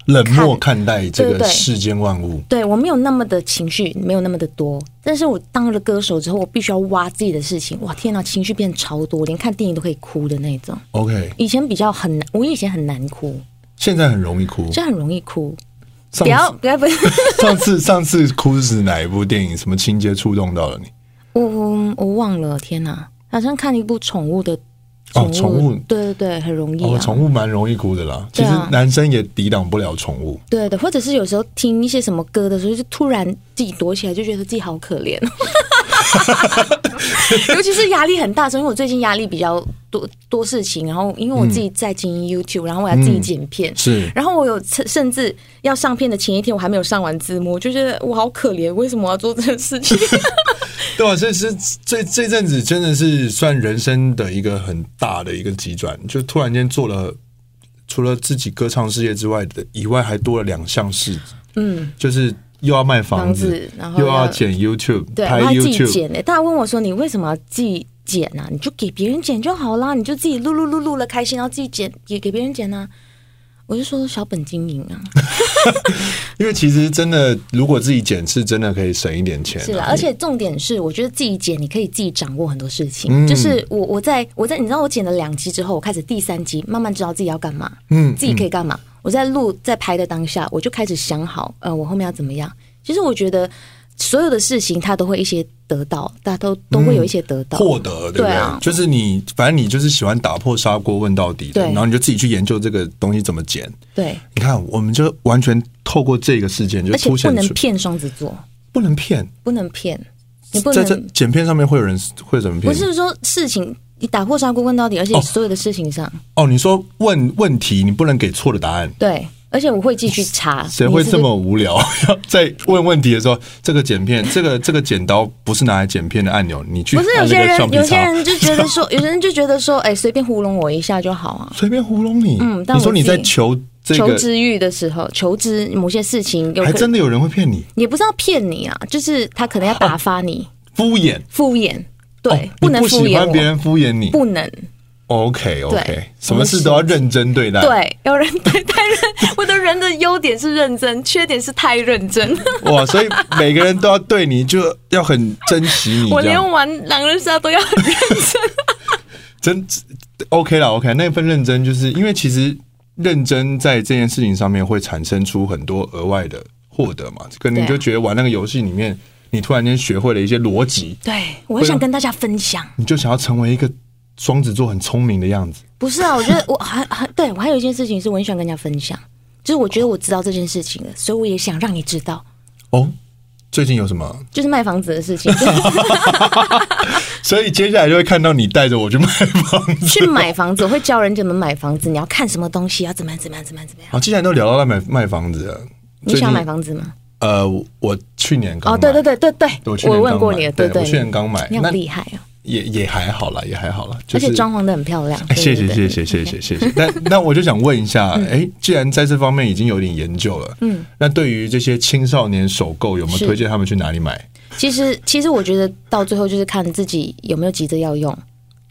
S1: 冷漠看待这
S2: 对对
S1: 个
S2: 对
S1: 世间万物。
S2: 对我没有那么的情绪，没有那么的多。但是我当了歌手之后，我必须要挖自己的事情。哇，天哪，情绪变超多，连看电影都可以哭的那种。
S1: OK，
S2: 以前比较很难，我以前很难哭，
S1: 现在很容易哭。
S2: 就很容易哭。
S1: 上
S2: 不要
S1: 次
S2: 不要不要。
S1: [LAUGHS] 上次上次哭是哪一部电影？什么情节触动到了你？
S2: 我我我忘了，天哪！好像看一部宠物的
S1: 哦宠物
S2: 对对对，很容易
S1: 哦，
S2: 啊，
S1: 宠物蛮容易哭的啦。其
S2: 对
S1: 实
S2: 啊
S1: 男生也抵挡不了宠物。
S2: 对对，或者是有时候听一些什么歌的时候，就突然自己躲起来，就觉得自己好可
S1: [LAUGHS]
S2: 怜，尤其是压力很大的时候，因为我最近压力比较多多事情，然后因为我自己在经营
S1: 嗯
S2: YouTube，然后我要自己剪片，
S1: 是
S2: 然后我有甚甚至要上片的前一天，我还没有上完字幕，我就觉得我好可怜，为什么我要做这件事情？
S1: 对啊，这是这这阵子真的是算人生的一个很大的一个急转，就突然间做了除了自己歌唱事业之外的以外，还多了两项事，嗯，就是又要卖房
S2: 房子然后
S1: 又要
S2: 要
S1: 剪 YouTube，
S2: 对，
S1: 拍
S2: 我还自己
S1: YouTube，
S2: 剪呢、大家问我说：“你为什么要自己剪啊？你就给别人剪就好啦，你就自己录录录录了开心，然后自己剪也给别人剪啊。”我就说小本经营啊，
S1: 因为其实真的如果自己剪是真的可以省一点钱、啊，
S2: 是啦，而且重点是，我觉得自己剪你可以自己掌握很多事情。
S1: 嗯
S2: 就是我我在我在你知道我剪了两集之后，我开始第三集慢慢知道自己要干嘛，
S1: 嗯
S2: 自己可以干嘛。我在录在拍的当下，我就开始想好，呃，我后面要怎么样。其实我觉得所有的事情，它都会一些得到，大家都都
S1: 嗯
S2: 会有一些得到。
S1: 获得，对不对？
S2: 对啊
S1: 就是你，反正你就是喜欢打破砂锅问到底的，
S2: 对
S1: 然后你就自己去研究这个东西怎么剪。
S2: 对，
S1: 你看，我们就完全透过这个事件就
S2: 而且
S1: 凸
S2: 不
S1: 显
S2: 能
S1: 出
S2: 骗双子座，
S1: 不能骗，
S2: 不能骗，你不
S1: 在这嗯
S2: 能
S1: 剪片上面会有人会怎么
S2: 不
S1: 骗？
S2: 是说事情你打破砂锅问到底，而且所有的事情上、
S1: 哦，你说问问题，你不能给错的答案。
S2: 对，而且我会继续查，
S1: 谁会
S2: 你是
S1: 这
S2: 不是
S1: 么无聊？要 [LAUGHS] 在问问题的时候，这个剪片，这个这个剪刀不是拿来剪片的按钮，你去
S2: 不是有
S1: 按
S2: 些
S1: 那个橡
S2: 人
S1: 皮
S2: 有些
S1: 擦，
S2: 人就觉
S1: [LAUGHS]
S2: 得说，有些人就觉得说，哎、随便糊弄我一下就好啊。
S1: 随便糊弄你。
S2: 嗯但
S1: 你说
S2: 我
S1: 你
S2: 自
S1: 在
S2: 己
S1: 求这
S2: 求
S1: 个，
S2: 知欲的时候，求知某些事情有
S1: 还
S2: 可
S1: 真的有人会骗你，
S2: 也不是要骗你啊，就是他可能要打
S1: [LAUGHS]
S2: 发你、
S1: 敷衍。
S2: 敷衍，对，
S1: 哦你
S2: 能
S1: 不
S2: 敷
S1: 喜
S2: 衍
S1: 欢别
S2: 我，
S1: 人哎敷衍你。
S2: 不能
S1: OK
S2: 对
S1: OK，什么事都要认真对待。，
S2: 对，有人 [LAUGHS] 对太认，我的人的优点是认真，缺点是太认真。
S1: 哇，所以每个人都要对你就要很珍惜你
S2: [LAUGHS] 我
S1: 这
S2: 连
S1: 样，
S2: 玩狼人杀都 [LAUGHS] 要很认
S1: 真
S2: 真。
S1: OK 啦 OK，那份认真就是因为其实认真在这件事情上面会产生出很多额外的获得嘛，可能
S2: 对啊
S1: 你就觉得玩那个游戏里面，你突然间学会了一些逻辑，
S2: 对，我很想跟大家分享。
S1: 你就想要成为一个双子座很聪明的样子。
S2: 不是啊，我觉得我还还对我还有一件事情是我很想跟大家分享，就是我觉得我知道这件事情了，所以我也想让你知道，
S1: 哦，最近有什么？
S2: 就是卖房子的事情，
S1: 所以接下来就会看到你带着我去卖房子。
S2: 去买房子，我会教人怎么买房子，你要看什么东西，要怎么样怎么样怎么样怎么样。
S1: 好，既然都聊到卖卖房子了，
S2: 你
S1: 最
S2: 想
S1: 近
S2: 买房子吗？
S1: 呃，我我去年刚
S2: 哦，对
S1: 买
S2: 对对对对
S1: 对我，去
S2: 我
S1: 年
S2: 问
S1: 刚
S2: 过
S1: 买
S2: 你了，
S1: 对
S2: 对对，
S1: 我去年刚买
S2: 你
S1: 那
S2: 好厉害哦，
S1: 也也还好啦，也还好啦，就
S2: 而
S1: 是
S2: 且装潢的很漂亮。
S1: 哎，
S2: 对
S1: [LAUGHS] 谢
S2: 对
S1: 谢
S2: 对嗯
S1: 谢谢谢谢谢谢。
S2: [LAUGHS]
S1: 那那我就想问一下，哎，既然在这方面已经有点研究了，嗯，那对于这些青少年首购，有没有
S2: 是
S1: 推荐他们去哪里买？
S2: 其实，其实我觉得到最后就是看自己有没有急着要用，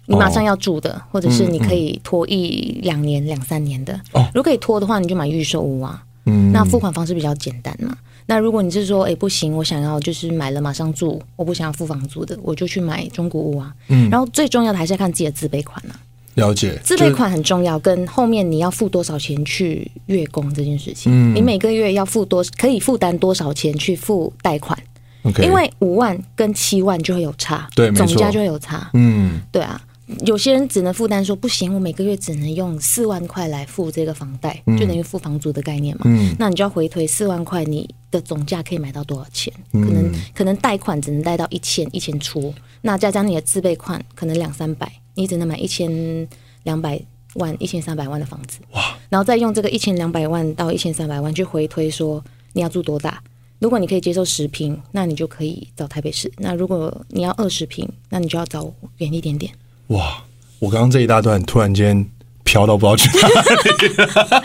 S2: 你马上要住的，或者是你可以拖一两年、两三年的。
S1: 哦
S2: 如果可以拖的话，你就买预售屋啊。
S1: 嗯，
S2: 那付款方式比较简单嘛。那如果你是说，哎、不行，我想要就是买了马上住，我不想要付房租的，我就去买中古屋啊。嗯，然后最重要的还是要看自己的自备款啊，
S1: 了解，
S2: 自
S1: 就
S2: 备款很重要，跟后面你要付多少钱去月供这件事情，嗯、你每个月要付多可以负担多少钱去付贷款，
S1: OK，
S2: 因为五万跟七万就会有差，
S1: 对没错
S2: 总价就会有差，
S1: 嗯，
S2: 对啊。有些人只能负担说不行，我每个月只能用四万块来付这个房贷，就等于付房租的概念嘛。
S1: 嗯
S2: 那你就要回推四万块，你的总价可以买到多少钱？
S1: 嗯
S2: 可能可能贷款只能贷到一千一千出，那加上你的自备款可能两三百，你只能买一千两百万、一千三百万的房子。哇！然后再用这个一千两百万到一千三百万去回推说你要住多大。如果你可以接受十平，那你就可以找台北市；那如果你要二十平，那你就要找远一点点。
S1: 哇，我刚刚这一大段突然间飘到不知道去哪里。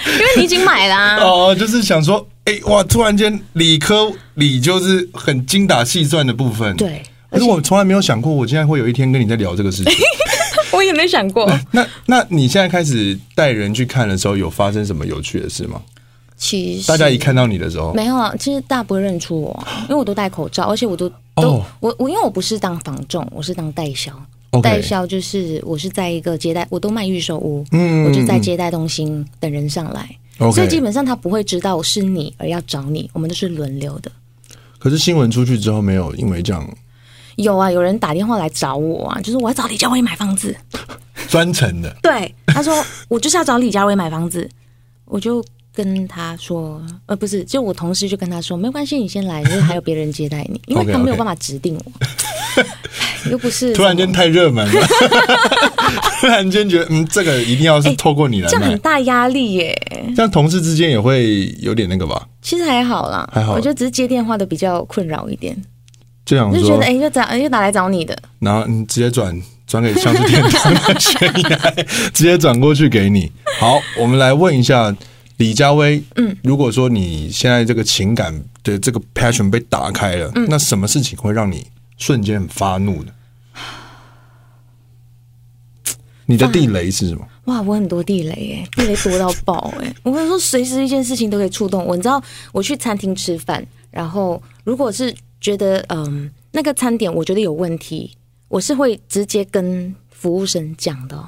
S2: [LAUGHS] 因为你已经买啊
S1: [LAUGHS]
S2: 啦、
S1: 哦，就是想说，哎、哇，突然间理科理就是很精打细算的部分。
S2: 对
S1: 可是我从来没有想过，我竟然会有一天跟你在聊这个事情。
S2: 我也没想过。
S1: 那那你现在开始带人去看的时候，有发生什么有趣的事吗？
S2: 其实
S1: 大家一看到你的时候，
S2: 没有啊，其实大家不会认出我，因为我都戴口罩，而且我都都、
S1: 哦
S2: 我我因为我不是当房仲，我是当代销。
S1: OK
S2: 代销就是我是在一个接待，我都卖预售屋，
S1: 嗯
S2: 我就在接待中心等人上来
S1: OK
S2: 所以基本上他不会知道是你而要找你，我们都是轮流的。
S1: 可是新闻出去之后，没有因为这样
S2: 有啊，有人打电话来找我啊，就是我要找李佳薇买房子，
S1: 专程的，
S2: 对，他说我就是要找李佳薇买房子，我就跟他说，呃，不是，就我同事就跟他说，没关系，你先来，因为还有别人接待你，因为 [LAUGHS]
S1: OK，
S2: 他没有
S1: OK
S2: 办法指定我，唉 [LAUGHS] 又不是
S1: 突然
S2: 什么
S1: 间太热门
S2: [LAUGHS]
S1: 了，突然间觉得嗯，这个一定要是透过你来
S2: 哎这样
S1: 卖，
S2: 很大压力耶，
S1: 这样同事之间也会有点那个吧？
S2: 其实还好啦，
S1: 还好
S2: 我觉得只是接电话的比较困扰一点，
S1: 就想
S2: 就
S1: 说，
S2: 觉得哎、又找又打来找你的，
S1: 然后你直接转转给像是电台的悬崖，直接转过去给你。好，我们来问一下李佳薇，嗯，如果说你现在这个情感的这个 passion 被打开了，
S2: 嗯
S1: 那什么事情会让你瞬间发怒呢？你的地雷是什么？
S2: 哇，我很多地雷耶，地雷多到爆哎！我跟你说，随时一件事情都可以触动我。你知道，我去餐厅吃饭，然后如果是觉得嗯那个餐点我觉得有问题，我是会直接跟服务生讲的、哦，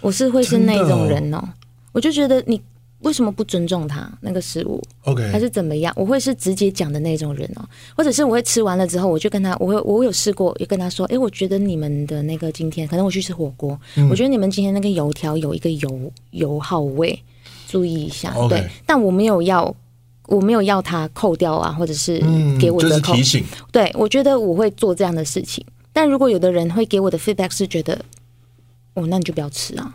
S2: 我是会是那种人哦。我就觉得你为什么不尊重他那个食物，还
S1: OK，
S2: 是怎么样？我会是直接讲的那种人哦，或者是我会吃完了之后，我就跟他，我会我有试过，也跟他说，诶，我觉得你们的那个今天，可能我去吃火锅，
S1: 嗯
S2: 我觉得你们今天那个油条有一个油油耗味，注意一下。
S1: OK
S2: 对，但我没有要，我没有要他扣掉啊，或者是给我
S1: 嗯就是
S2: 折扣。
S1: 提醒，
S2: 对，我觉得我会做这样的事情。但如果有的人会给我的 feedback 是觉得，哦，那你就不要吃啊，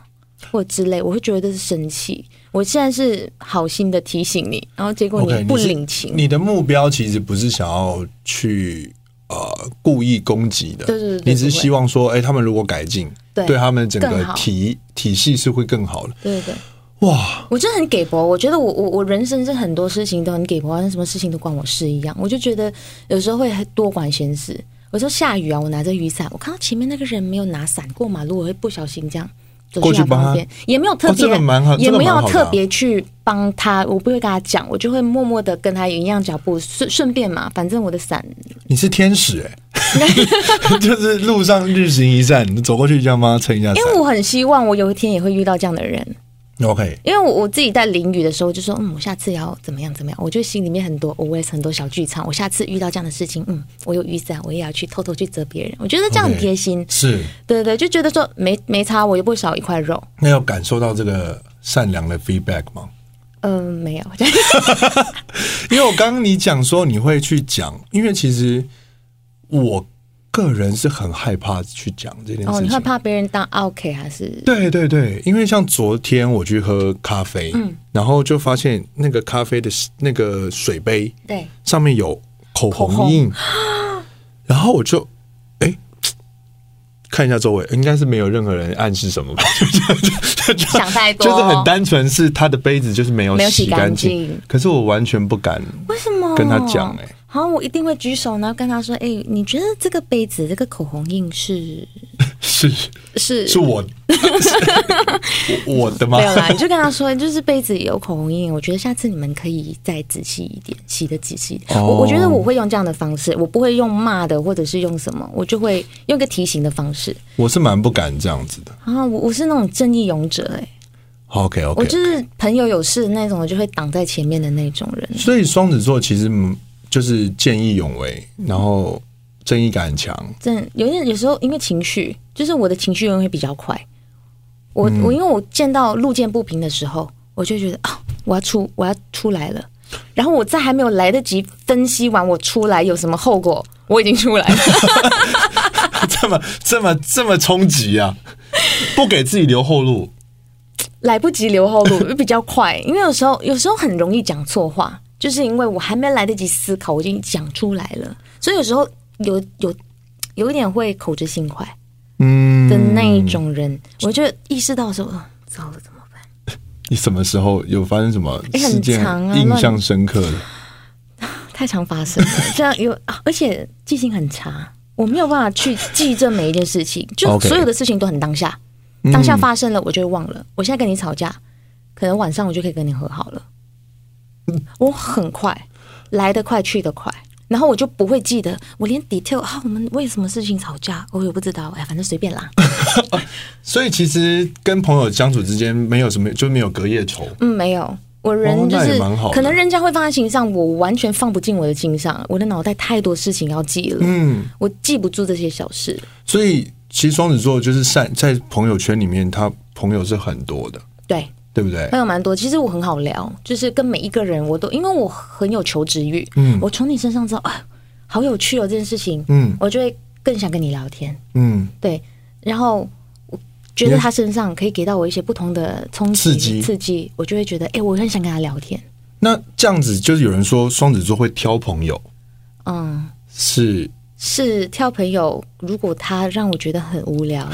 S2: 或之类，我会觉得是生气。我现在是好心的提醒你，然后结果
S1: OK，
S2: 你不
S1: 你是
S2: 领情。
S1: 你的目标其实不是想要去呃故意攻击的，
S2: 对对对对
S1: 你只
S2: 不
S1: 是
S2: 会
S1: 希望说，哎、他们如果改进，
S2: 对
S1: 他们整
S2: 更
S1: 个
S2: 好
S1: 体体系是会更好的。
S2: 对对对，
S1: 哇，
S2: 我真的很给博。我觉得我我我人生是很多事情都很给博，但什么事情都关我事一样。我就觉得有时候会多管闲事。有时候下雨啊，我拿着雨伞，我看到前面那个人没有拿伞过马路，我会不小心这样。走
S1: 过去
S2: 去他
S1: 帮他
S2: 旁边，也没有特别，
S1: 哦这个蛮好
S2: 也
S1: 这个
S2: 没有
S1: 蛮好的啊
S2: 特别去帮他，我不会跟他讲，我就会默默的跟他一样脚步，顺顺便嘛，反正我的伞
S1: 你是天使
S2: [LAUGHS]
S1: 哎、 [LAUGHS] 就是路上日行一善，你走过去这样帮他撑一下
S2: 因
S1: 伞。
S2: 为我很希望我有一天也会遇到这样的人，
S1: OK，
S2: 因为我我自己在淋雨的时候就说，嗯，我下次要怎么样怎么样，我就心里面很多 always 很多小剧场。我下次遇到这样的事情，嗯，我有雨伞，我也要去偷偷去责别人。我觉得这样很
S1: OK
S2: 贴心
S1: 是
S2: 对对对，就觉得说没没差，我又不会少一块肉。
S1: 那要感受到这个善良的 feedback 吗？
S2: 嗯、没有， [LAUGHS]
S1: 因为我刚刚你讲说你会去讲，因为其实我个人是很害怕去讲这件事情。
S2: 哦，你会怕别人当 OK 还是？
S1: 对对对，因为像昨天我去喝咖啡，
S2: 嗯
S1: 然后就发现那个咖啡的那个水杯
S2: 对，
S1: 上面有口红印， [GASPS] 然后我就哎看一下周围，应该是没有任何人暗示什
S2: [LAUGHS]
S1: 么吧，
S2: [LAUGHS] 想太
S1: [LAUGHS]
S2: 多，
S1: 就是很单纯是他的杯子就是没有
S2: 没有洗
S1: 洗干
S2: 干
S1: 净
S2: 净，
S1: 可是我完全不敢
S2: 为什么
S1: 跟他讲
S2: [LAUGHS]
S1: 哎、
S2: 好，我一定会举手，然后跟他说：“哎、你觉得这个杯子、这个口红印是
S1: 是
S2: 是
S1: 是
S2: [LAUGHS]
S1: 我 [LAUGHS] 是我我的吗
S2: 没？有啦，你就跟他说，就是杯子有口红印，我觉得下次你们可以再仔细一点，洗的仔细一点。
S1: 哦
S2: 我我觉得我会用这样的方式，我不会用骂的或者是用什么，我就会用一个提醒的方式。
S1: 我是蛮不敢这样子的。
S2: 啊，我我是那种正义勇者哎、
S1: OK
S2: 我
S1: OK，
S2: 就是朋友有事那种，我就会挡在前面的那种人。
S1: 所以双子座其实嗯就是见义勇为，然后正义感很强， [LAUGHS]
S2: 真有点有时候因为情绪，就是我的情绪永远会比较快。我、我因为我见到路见不平的时候，我就觉得啊，我要出我要出来了。然后我在还没有来得及分析完我出来有什么后果，我已经出来了。
S1: 这么这么这么冲击啊！不给自己留后路，
S2: 来不及留后路，比较快，因为有时候有时候很容易讲错话，就是因为我还没来得及思考，我已经讲出来了，所以有时候有有有一点会口直心快
S1: 嗯，
S2: 的那一种人，我就意识到说，啊糟了，怎么办？
S1: 你什么时候有发生什么
S2: 哎很
S1: 事件
S2: 长啊
S1: 印
S2: 乱
S1: 象深刻的？
S2: 太常发生
S1: [LAUGHS]
S2: 了，这样有，啊而且记性很差，我没有办法去记这每一件事情，就
S1: OK 嗯
S2: 所有的事情都很当下，当下发生了我就会忘了。我现在跟你吵架，可能晚上我就可以跟你和好了。我很快，来得快去得快，然后我就不会记得，我连 detail 啊，我们为什么事情吵架，我也不知道，哎，反正随便
S1: [LAUGHS]
S2: 啦。
S1: 所以其实跟朋友相处之间没有什么，就没有隔夜仇。
S2: 嗯，没有。我人
S1: 哦
S2: 就
S1: 那也
S2: 是、
S1: 蛮好的
S2: 可能人家会放在心上，我完全放不进我的心上。我的脑袋太多事情要记了，
S1: 嗯，
S2: 我记不住这些小事。
S1: 所以其实双子座就是善在朋友圈里面，他朋友是很多的，
S2: 对，
S1: 对不对
S2: 朋？友蛮多。其实我很好聊，就是跟每一个人我都，因为我很有求知欲，嗯，我从你身上知道，啊，好有趣哦这件事情，
S1: 嗯，
S2: 我就会更想跟你聊天，
S1: 嗯，
S2: 对，然后我觉得他身上可以给到我一些不同的冲击
S1: 刺激
S2: 刺激，我就会觉得，哎、我很想跟他聊天，
S1: 那这样子就是有人说双子座会挑朋友，
S2: 嗯。
S1: 是
S2: 是挑朋友，如果他让我觉得很无聊，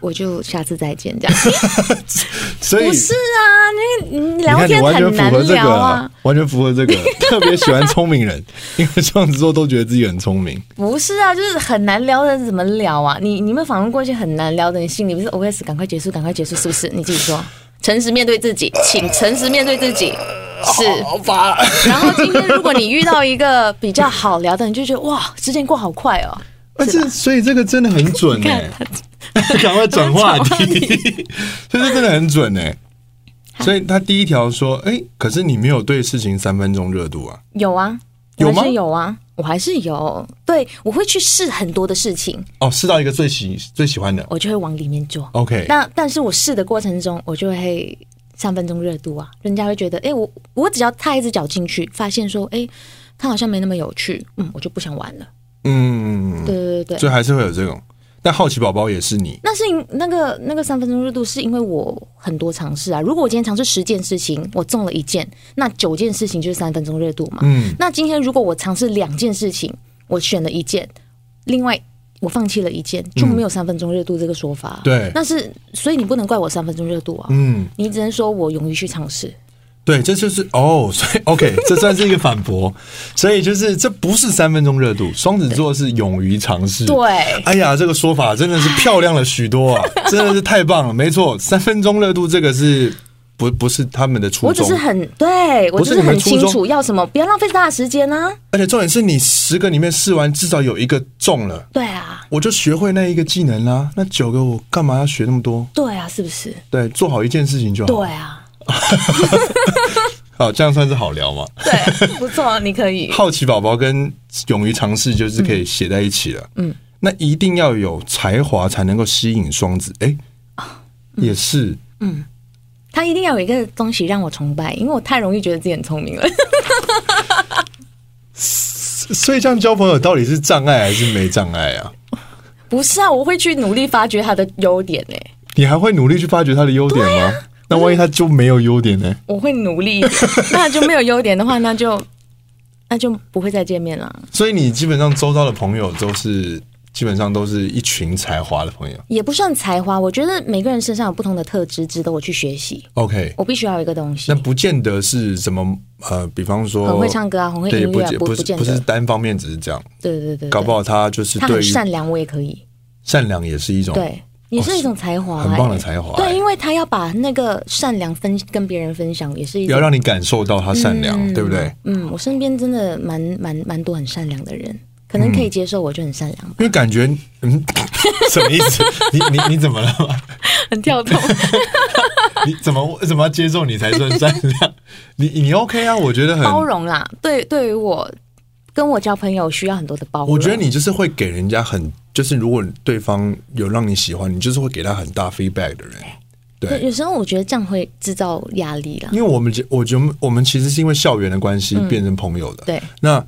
S2: 我就下次再见这样。
S1: 所以
S2: 不是啊，那个你
S1: 你
S2: 聊
S1: 看你
S2: 天
S1: 完全
S2: 很
S1: 符合
S2: 难
S1: 这
S2: 聊
S1: 个
S2: 啊
S1: 啊。，完全符合这个，特别喜欢聪明人，因为双子座都觉得自己很聪明。
S2: 不是啊，就是很难聊的，怎么聊啊？你你们访问过一些很难聊的，你心里不是 OS 赶快结束，赶快结束，是不是？你自己说，诚实面对自己，请诚实面对自己。是，
S1: 吧，
S2: 然后今天如果你遇到一个比较好聊的，你就觉得哇，时间过好快哦。
S1: 而且所以这个真的很准哎、赶快转话题，所以这真的很准哎、所以他第一条说，哎、可是你没有对事情三分钟热度啊，
S2: 有啊，
S1: 有
S2: 我
S1: 吗
S2: 还是有啊，我还是有。对，我会去试很多的事情，
S1: 哦，试到一个最喜最喜欢的
S2: 我就会往里面做。
S1: ，OK，
S2: 那但是我试的过程中，我就会三分钟热度啊，人家会觉得，哎、我我只要踏一只脚进去，发现说，哎、它好像没那么有趣，嗯，我就不想玩了。
S1: 嗯，
S2: 对对对对，
S1: 所以还是会有这种。但好奇宝宝也是你，
S2: 那是因那个那个三分钟热度是因为我很多尝试啊。如果我今天尝试十件事情，我中了一件，那九件事情就是三分钟热度嘛。
S1: 嗯，
S2: 那今天如果我尝试两件事情，我选了一件，另外我放弃了一件，就没有三分钟热度这个说法啊、
S1: 嗯对
S2: 那是所以你不能怪我三分钟热度啊。
S1: 嗯，
S2: 你只能说我勇于去尝试。
S1: 对，这就是哦， [LAUGHS] 所以 OK，这算是一个反驳， [LAUGHS] 所以就是这不是三分钟热度，双子座是勇于尝试，
S2: 对
S1: 哎呀，这个说法真的是漂亮了许多啊， [LAUGHS] 真的是太棒了，没错，三分钟热度这个是不不是他们的初
S2: 我只
S1: 衷
S2: 是，很对我
S1: 不是
S2: 只是
S1: 你们
S2: 很
S1: 初
S2: 清
S1: 衷
S2: 楚要什么，不要浪费大家时间啊。
S1: 而且重点是你十个里面试完至少有一个中了，
S2: 对啊，
S1: 我就学会那一个技能啦、那九个我干嘛要学那么多？
S2: 对啊，是不是？
S1: 对，做好一件事情就好，
S2: 对啊，
S1: 好，这样算是好聊吗？
S2: 对，不错，你可以。
S1: 好奇宝宝跟勇于尝试就是可以写在一起了。嗯，那一定要有才华才能够吸引双子。哎、也是，
S2: 他一定要有一个东西让我崇拜，因为我太容易觉得自己很聪明了。 [LAUGHS]
S1: 所以这样交朋友到底是障碍还是没障碍啊？
S2: 不是啊，我会去努力发掘他的优点欸诶、
S1: 你还会努力去发掘他的优点吗？那万一他就没有优点呢？
S2: 我会努力一 [LAUGHS] 点。那就没有优点的话，那就那就不会再见面了。
S1: 所以你基本上周遭的朋友都是基本上都是一群才华的朋友。
S2: 也不算才华，我觉得每个人身上有不同的特质，值得我去学习。
S1: OK，
S2: 我必须要有一个东西
S1: 那，不见得是什么呃，比方说
S2: 很会唱歌啊很会
S1: 对
S2: 音乐啊
S1: 不
S2: 不
S1: 不
S2: 不
S1: 是
S2: 见
S1: 不
S2: 得
S1: 是单方面只是这样，
S2: 对对对对，
S1: 搞不好他就是
S2: 他
S1: 对
S2: 很
S1: 于
S2: 善良，我也可以。
S1: 善良也是一种
S2: 对，也是一种才华、
S1: 很棒的
S2: 哎
S1: 才华哎
S2: 对，因为他要把那个善良分跟别人分享，也是一
S1: 要
S2: 种。
S1: 让你感受到他善良，对不对？
S2: 嗯，我身边真的蛮蛮蛮多很善良的人，可能可以接受我就很善良吧，
S1: 因为感觉，嗯， [LAUGHS] 什么意思？你你你怎么了吗？
S2: [LAUGHS] 很跳
S1: [LAUGHS]
S2: 动。
S1: 你怎么怎么要接 [LAUGHS] 受你才算善良？你你 OK 啊？我觉得很
S2: 包容啦，对，对于我跟我交朋友需要很多的包容。
S1: 我觉得你就是会给人家很，就是如果对方有让你喜欢，你就是会给他很大 feedback 的人。
S2: 对
S1: 对，
S2: 有时候我觉得这样会制造压力啦。
S1: 因为我们其我觉得我们其实是因为校园的关系
S2: 嗯
S1: 变成朋友的。
S2: 对，
S1: 那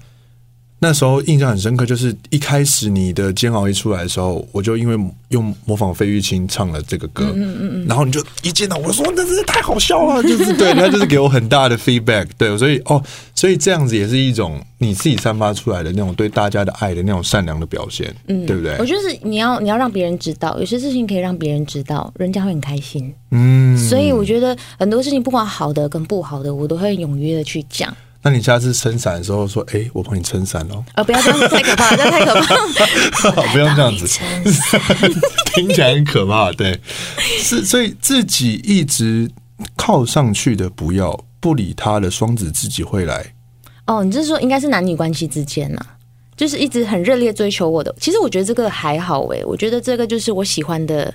S1: 那时候印象很深刻，就是一开始你的煎熬一出来的时候，我就因为用模仿费玉清唱了这个歌，嗯嗯嗯然后你就一见到我说那真是太好笑了，就是对，他就是给我很大的 feedback，对，所以哦，所以这样子也是一种你自己散发出来的那种对大家的爱的那种善良的表现，嗯，对不对
S2: 我？觉得是你要你要让别人知道，有些事情可以让别人知道，人家会很开心。
S1: 嗯，
S2: 所以我觉得很多事情，不管好的跟不好的，我都会踊跃的去讲。
S1: 那你下次撑伞的时候说，哎、我帮你撑伞哦，
S2: 呃，不要这样， [LAUGHS] 太可怕了，这样太可怕了。
S1: [LAUGHS] 不用这样子。
S2: 真是
S1: [LAUGHS] 听起来很可怕，对，是所以自己一直靠上去的不要，不理他的双子自己会来。
S2: 哦，你是说应该是男女关系之间呐、就是一直很热烈追求我的。其实我觉得这个还好诶、我觉得这个就是我喜欢的，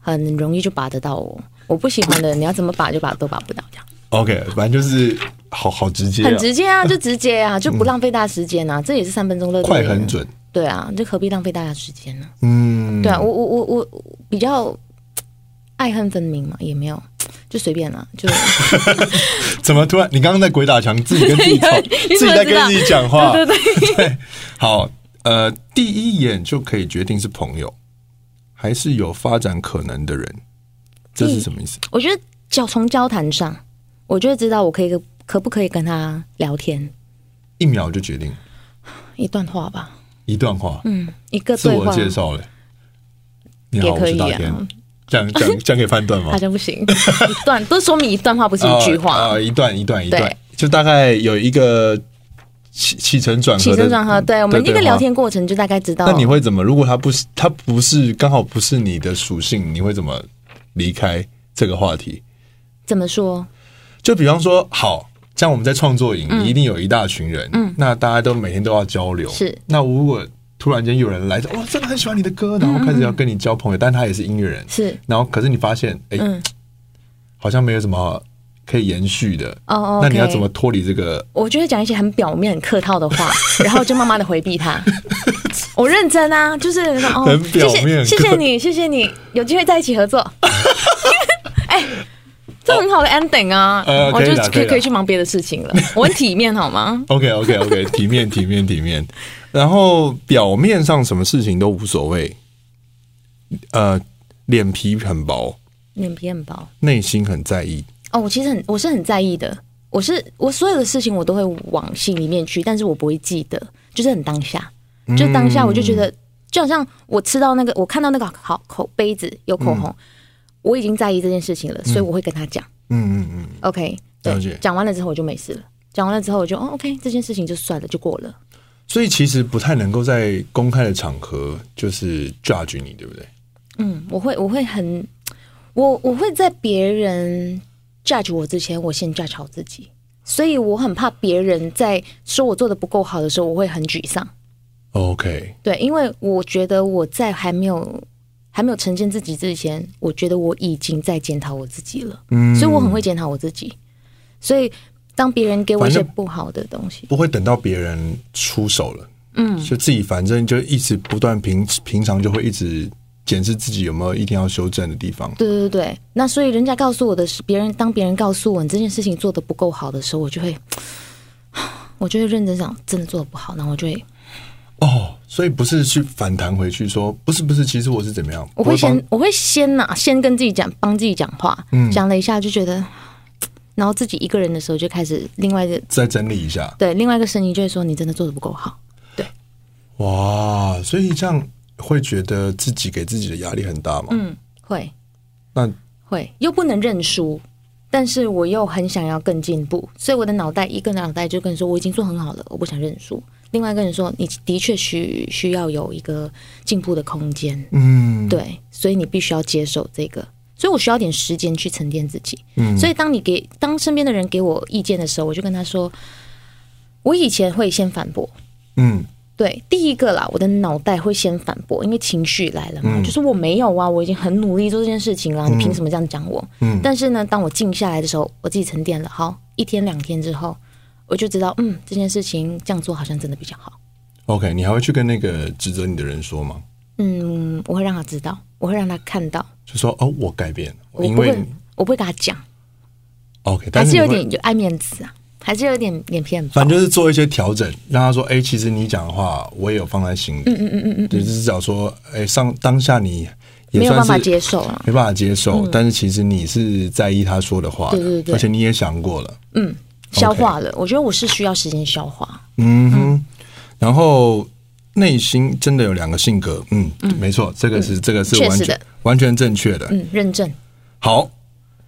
S2: 很容易就把得到我。我不喜欢的，你要怎么把就把都把不到，这样
S1: OK，反正就是好好直接、啊
S2: 很，直接啊，就直接啊，就不浪费大家时间啊，这也是三分钟热
S1: 嗯
S2: 度，
S1: 快很准。
S2: 对啊，就何必浪费大家时间呢？
S1: 嗯，
S2: 对啊，我我我我我比较爱恨分明嘛，也没有就随便啦，就，
S1: 怎么突然？你刚刚在鬼打墙，自己跟自己吵
S2: [LAUGHS] 你
S1: 自
S2: 怎
S1: 己
S2: 么
S1: 在
S2: 知道
S1: 跟自己讲话。
S2: 对对对，
S1: 好，呃，第一眼就可以决定是朋友，还是有发展可能的人，这是什么意思？
S2: 我觉得交从交谈上，我就会知道我可以可不可以跟他聊天，
S1: 一秒就决定，
S2: 一段话吧，
S1: 一段话，
S2: 嗯，一个
S1: 自
S2: 对
S1: 我
S2: 话
S1: 介绍嘞。你好，
S2: 也
S1: 我
S2: 可
S1: 是
S2: 以
S1: 大天
S2: 啊。，
S1: 讲讲讲给判断吗
S2: [LAUGHS] 好？像不行，一段 [LAUGHS] 都说明一段话不是一句
S1: 啊、
S2: 话，
S1: 呃一段一段一段
S2: 对，
S1: 就大概有一个起起承转合
S2: [LAUGHS] 起
S1: 的
S2: 承转合，对我们一个
S1: 对话
S2: 聊天过程就大概知道
S1: 那。你会怎么？如果他不是他不是刚好不是你的属性，你会怎么离开这个话题？
S2: 怎么说？
S1: 就比方说，好，像我们在创作营，
S2: 嗯
S1: 你一定有一大群人，那大家都每天都要交流。
S2: 是，
S1: 那如果突然间有人来说，哇，真的很喜欢你的歌，然后开始要跟你交朋友，但他也是音乐人，
S2: 嗯是
S1: 然后可是你发现，哎、
S2: 嗯
S1: 好像没有什么可以延续的，
S2: 哦，
S1: 那你要
S2: OK
S1: 怎么脱离这个？
S2: 我就会讲一些很表面、很客套的
S1: [LAUGHS]
S2: 话，然后就慢慢的回避他。我认真啊，就是说哦
S1: 很，
S2: 谢
S1: 表面
S2: 谢谢谢你，谢谢你，有机会在一起合
S1: [LAUGHS]
S2: 作。哎、这很好的 ending 啊，
S1: 呃
S2: 我
S1: 可以
S2: 就
S1: 啦可
S2: 可
S1: 以
S2: 以
S1: 啦
S2: 可以去忙别的事情了。我很体面好吗？
S1: OK OK
S2: [LAUGHS]
S1: OK，体面体面体面。然后表面上什么事情都无所谓，呃，脸皮很薄，
S2: 脸皮很薄
S1: 内心很在意。
S2: 哦，我其实很我是很在意的，我是我所有的事情我都会往心里面去，但是我不会记得，就是很当下，
S1: 嗯
S2: 就当下我就觉得，就好像我吃到那个，我看到那个好口杯子有口
S1: 嗯
S2: 红，我已经在意这件事情了，所以我会跟他讲。
S1: 嗯嗯嗯，
S2: OK，
S1: 了解
S2: 对，讲完了之后我就没事了。讲完了之后，我就哦，OK，这件事情就算了，就过了。
S1: 所以其实不太能够在公开的场合就是 judge 你，对不对？
S2: 嗯，我会，我会很，我我会在别人 judge 我之前，我先 judge 好自己，所以我很怕别人在说我做的不够好的时候，我会很沮丧。
S1: OK，
S2: 对，因为我觉得我在还没有还没有呈现自己之前，我觉得我已经在检讨我自己了，
S1: 嗯
S2: 所以我很会检讨我自己。所以当别人给我一些
S1: 反正
S2: 不好的东西，
S1: 不会等到别人出手了，嗯，就自己反正就一直不断平平常就会一直检视自己有没有一定要修正的地方。
S2: 对对对，那所以人家告诉我的是，别人当别人告诉我你这件事情做的不够好的时候，我就会， [SIGHS] 我就会认真想，真的做的不好，然后我就会，
S1: 哦，所以不是去反弹回去说，不是不是，其实我是怎么样？
S2: 我
S1: 不
S2: 会
S1: 帮
S2: 先，我会先呐、先跟自己讲，帮自己讲话，讲了一下就觉得，然后自己一个人的时候就开始另外一个
S1: 再整理一下。
S2: 对另外一个声音就会说，你真的做的不够好，
S1: 哇，所以这样会觉得自己给自己的压力很大吗？
S2: 嗯，会
S1: 那
S2: 会又不能认输。但是我又很想要更进步，所以我的脑袋一个脑袋就跟你说我已经做很好了，我不想认输。另外一个人说你的确需需要有一个进步的空间，
S1: 嗯，
S2: 对，所以你必须要接受这个。所以我需要点时间去沉淀自己。所以当你给当身边的人给我意见的时候，我就跟他说，我以前会先反驳，
S1: 嗯，
S2: 对，第一个啦，我的脑袋会先反驳，因为情绪来了
S1: 嗯
S2: 嘛，就是我没有啊，我已经很努力做这件事情啦，你凭什么这样讲我？
S1: 嗯
S2: 但是呢，当我静下来的时候，我自己沉淀了，好，一天两天之后，我就知道，嗯，这件事情这样做好像真的比较好。
S1: OK，你还会去跟那个指责你的人说吗？
S2: 嗯，我会让他知道，我会让他看到，
S1: 就说哦，我改变了，
S2: 我
S1: 因
S2: 不
S1: 为
S2: 会，我不会跟他讲，
S1: OK，
S2: 还
S1: 但
S2: 是
S1: 你
S2: 有
S1: 会
S2: 点有爱面子啊，还是有点脸皮很薄
S1: 反正就是做一些调整，让他说：“哎、其实你讲的话，我也有放在心里。”嗯嗯嗯嗯，对，就是至少说，哎、上当下你也
S2: 没有
S1: 算
S2: 办
S1: 是
S2: 法接受啊。
S1: 没办法接受，但是其实你是在意他说的话的，
S2: 对对对
S1: 而且你也想过了，
S2: 嗯，消化了。我觉得我是需要时间消化。
S1: 嗯哼，然后内心真的有两个性格，嗯，没错，这个是、这个是
S2: 嗯确实
S1: 完全
S2: 的
S1: 完全正确的。
S2: 嗯，认证。
S1: 好，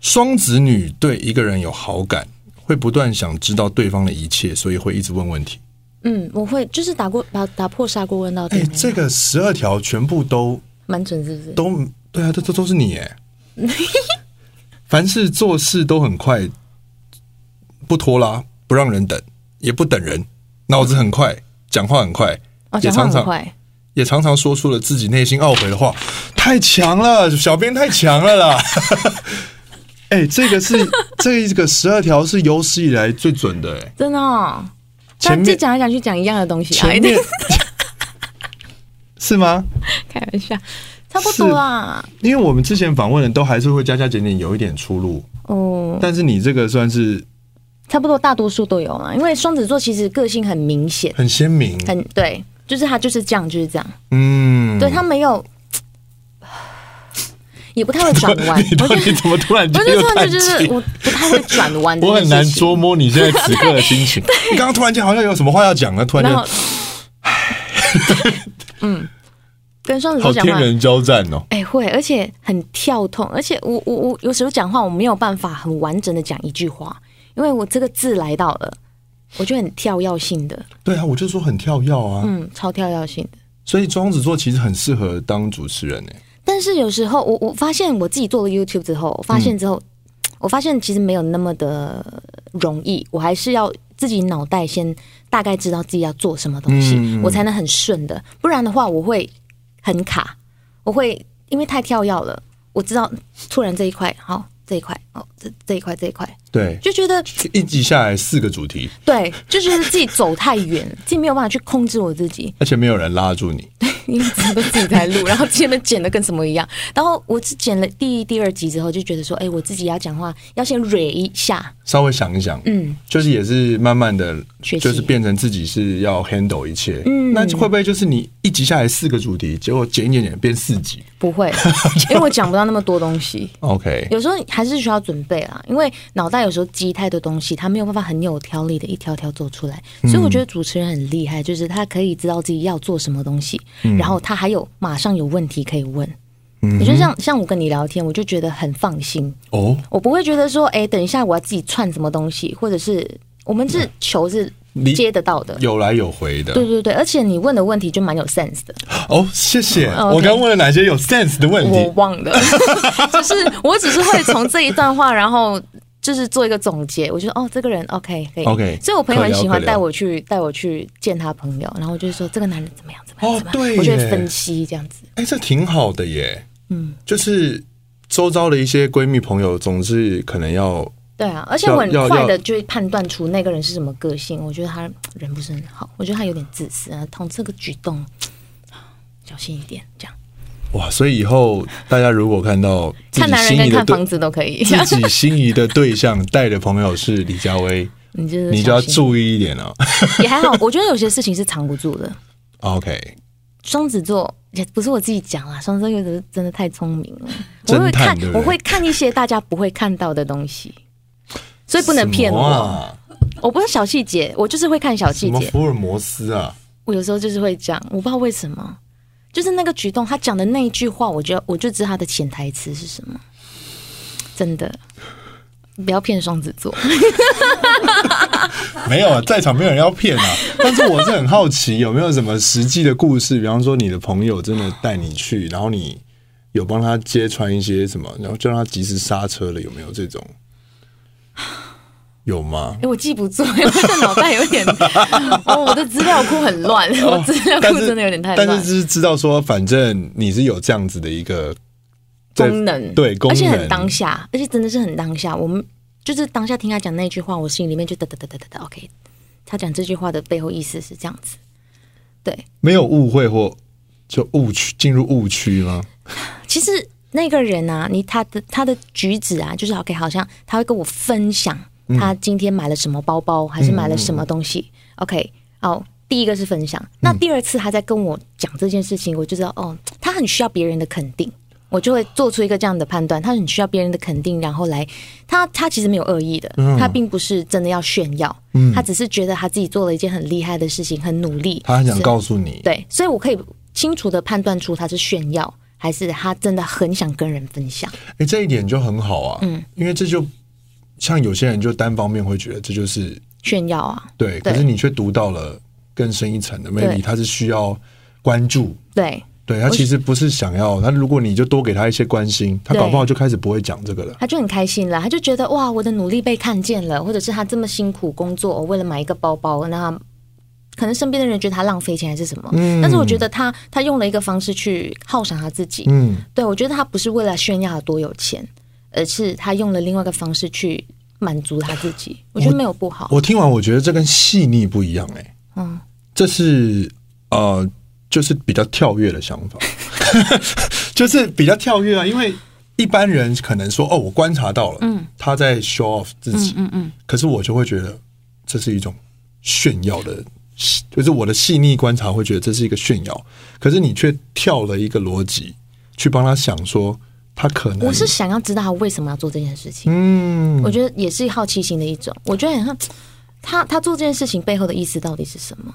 S1: 双子女对一个人有好感，会不断想知道对方的一切，所以会一直问问题。
S2: 嗯，我会就是打过把打破砂锅问到底
S1: 哎、，这个十二条全部都
S2: 蛮准是不是？
S1: 都对啊，这这都是你
S2: [LAUGHS]
S1: 哎。凡事做事都很快，不拖拉，不让人等，也不等人，脑子很快，讲话很快，
S2: 哦，
S1: 也
S2: 讲话
S1: 常
S2: 很
S1: 常
S2: 快，
S1: 也常常说出了自己内心懊悔的话。太强了，小编太强了
S2: [LAUGHS]
S1: 啦！哎、这个是这一个十二条是有史以来最准的哎、
S2: 真的哦。
S1: 前
S2: 他
S1: 面
S2: 这讲来讲去讲一样的东西啊，
S1: 前面是吗？
S2: [LAUGHS] 开玩笑，差不多啊啦。
S1: 因为我们之前访问的都还是会加加减减，有一点出入，
S2: 哦，
S1: 但是你这个算是
S2: 差不多大多数都有啦，因为双子座其实个性很明显，
S1: 很鲜明，
S2: 很对，就是他就是这样，就是这样，
S1: 嗯，
S2: 对他没有，也不太会转弯。
S1: [LAUGHS] 你到底怎么突然
S2: 不
S1: 间
S2: 是
S1: 又
S2: 突
S1: 叹
S2: 然
S1: 气
S2: 就？是我不太会转弯，
S1: 我很难。捉摸你现在此刻的心
S2: [LAUGHS]
S1: 情。你刚刚突然间好像有什么话要讲啊了，突然
S2: 然后嗯
S1: 间，
S2: [LAUGHS] 跟双子
S1: 好
S2: 座讲
S1: 天
S2: 话，
S1: 人交战哦。
S2: 哎、会，而且很跳痛，而且我我我有时候讲话我没有办法很完整的讲一句话，因为我这个字来到了，我就很跳跃性的，
S1: 对啊，我就说很跳跃啊，
S2: 嗯，超跳跃性的。
S1: 所以双子座其实很适合当主持人欸诶。
S2: 但是有时候我我发现我自己做了 YouTube 之后，我发
S1: 嗯
S2: 现之后，我发现其实没有那么的容易，我还是要自己脑袋先大概知道自己要做什么东西，
S1: 嗯
S2: 我才能很顺的，不然的话我会很卡，我会因为太跳跃了，我知道突然这一块好。这一块哦，这这一块这一块，
S1: 对，
S2: 就觉得
S1: 一集下来四个主题，
S2: 对，就觉得自己走太远，自己没有办法去控制我自己，
S1: 而且没有人拉住你。
S2: [LAUGHS] 因为整个自己在录，然后前面剪的跟什么一样。然后我只剪了第一、第二集之后，就觉得说，哎，我自己要讲话要先蕊一下，
S1: 稍微想一想，
S2: 嗯，
S1: 就是也是慢慢的，
S2: 学习
S1: 就是变成自己是要 handle 一切。嗯，那会不会就是你一集下来四个主题，结果剪一剪剪变四集
S2: 不会，因为我讲不到那么多东西，
S1: ？OK，
S2: 有时候还是需要准备啊，因为脑袋有时候积太多东西，他没有办法很有条理的一条条走出来。所以我觉得主持人很厉害，就是他可以知道自己要做什么东西，然后他还有马上有问题可以问。我觉得像像我跟你聊天，我就觉得很放心。
S1: 哦，
S2: 我不会觉得说，哎、等一下我要自己串什么东西，或者是我们是球是
S1: 嗯你
S2: 接得到的。
S1: 有来有回的。
S2: 对对对，而且你问的问题就蛮有 sense 的，
S1: 哦，谢谢。
S2: OK
S1: 我刚问了哪些有 sense 的问
S2: 我
S1: 题？
S2: 忘了， [LAUGHS] 就是我只是会从这一段话，然后就是做一个总结。我觉得哦，这个人 OK 可以
S1: OK，
S2: 所以我朋友很喜
S1: 可
S2: 欢
S1: 聊
S2: 带我去带我去见他朋友，然后我就说这个男人怎么样怎么样
S1: 哦
S2: 怎么样，
S1: 对耶
S2: 我就会分析这样子。
S1: 哎，这挺好的耶。
S2: 嗯，
S1: 就是周遭的一些闺蜜朋友，总是可能要
S2: 对啊，而且我很
S1: 要要
S2: 快的
S1: 要
S2: 就会判断出那个人是什么个性。我觉得他人不是很好，我觉得他有点自私啊，同这个举动 [SIGHS] 小心一点，这样
S1: 哇。所以以后大家如果看到自
S2: 看
S1: 己
S2: 男人
S1: 心
S2: 跟
S1: 仪的
S2: 看
S1: 对
S2: 房子都可以。 [LAUGHS]
S1: 自己心仪的对象带的朋友是李佳薇，
S2: 你 [LAUGHS] 就是
S1: 你就要
S2: 小心
S1: 注意一点啊了。
S2: 也还好。我觉得有些事情是藏不住的。
S1: OK，
S2: 双子座也不是我自己讲啦，双子座有的真的太聪明了，我
S1: 侦
S2: 会
S1: 探
S2: 看
S1: 对不对
S2: 我会看一些大家不会看到的东西，所以不能骗我。
S1: 什么啊
S2: 我不是小细节，我就是会看小细
S1: 什么
S2: 节。
S1: 福尔摩斯啊？
S2: 我有时候就是会讲，我不知道为什么，就是那个举动，他讲的那一句话，我就我就知道他的潜台词是什么。真的，不要骗双子座。
S1: 没有啊，在场没有人要骗
S2: [LAUGHS]
S1: 啊。但是我是很好奇，有没有什么实际的故事？比方说，你的朋友真的带你去，然后你有帮他揭穿一些什么，然后叫他及时刹车了，有没有这种？有吗
S2: [LAUGHS] [LAUGHS] 哎、？我记不住，我这脑袋有 [LAUGHS] 点，哦，我的资料库很乱，我资料
S1: 但
S2: 库
S1: 是
S2: 真的有点太
S1: 但是
S2: 乱。
S1: 就是知道说，反正你是有这样子的一个在
S2: 功能
S1: 对功
S2: 而
S1: 能，
S2: 且很当下，而且真的是很当下。我们就是当下听他讲那句话，我心里面就哒哒哒哒哒，OK，他讲这句话的背后意思是这样子。对，
S1: 没有误会或就误区进入误区吗？
S2: 其实那个人啊，你他的他的举止啊，就是 OK，好像他会跟我分享他今天买了什么包包，还是买了什么东西。OK，哦，第一个是分享，那第二次他在跟我讲这件事情，我就知道哦，他很需要别人的肯定。我就会做出一个这样的判断，他很需要别人的肯定，然后来，他他其实没有恶意的，他并不是真的要炫耀，他只是觉得他自己做了一件很厉害的事情，很努力，
S1: 他很想
S2: 是
S1: 告诉你，
S2: 对，所以我可以清楚的判断出他是炫耀，还是他真的很想跟人分享。
S1: 哎，这一点就很好啊，嗯，因为这就像有些人就单方面会觉得这就是
S2: 炫耀啊，
S1: 对，
S2: 对
S1: 可是你却读到了更深一层的魅力，
S2: 对
S1: 他是需要关注，
S2: 对
S1: 对他其实不是想要，他如果你就多给他一些关心，他
S2: 对
S1: 搞不好就开始不会讲这个了。
S2: 他就很开心了，他就觉得哇，我的努力被看见了，或者是他这么辛苦工作，我、为了买一个包包，那他可能身边的人觉得他浪费钱还是什么，但是我觉得他他用了一个方式去犒赏他自己，
S1: 嗯，
S2: 对我觉得他不是为了炫耀多有钱，而是他用了另外一个方式去满足他自己，我觉得没有不好，
S1: 我听完我觉得这跟细腻不一样哎、
S2: 嗯，
S1: 这是呃，就是比较跳跃的想法， [LAUGHS] 就是比较跳跃啊，因为一般人可能说哦，我观察到了，嗯，他在 show off 自己，嗯嗯可是我就会觉得这是一种炫耀的，就是我的细腻观察会觉得这是一个炫耀，可是你却跳了一个逻辑去帮他想说他可能
S2: 我是想要知道他为什么要做这件事情。
S1: 嗯，
S2: 我觉得也是好奇心的一种。我觉得很像他他做这件事情背后的意思到底是什么？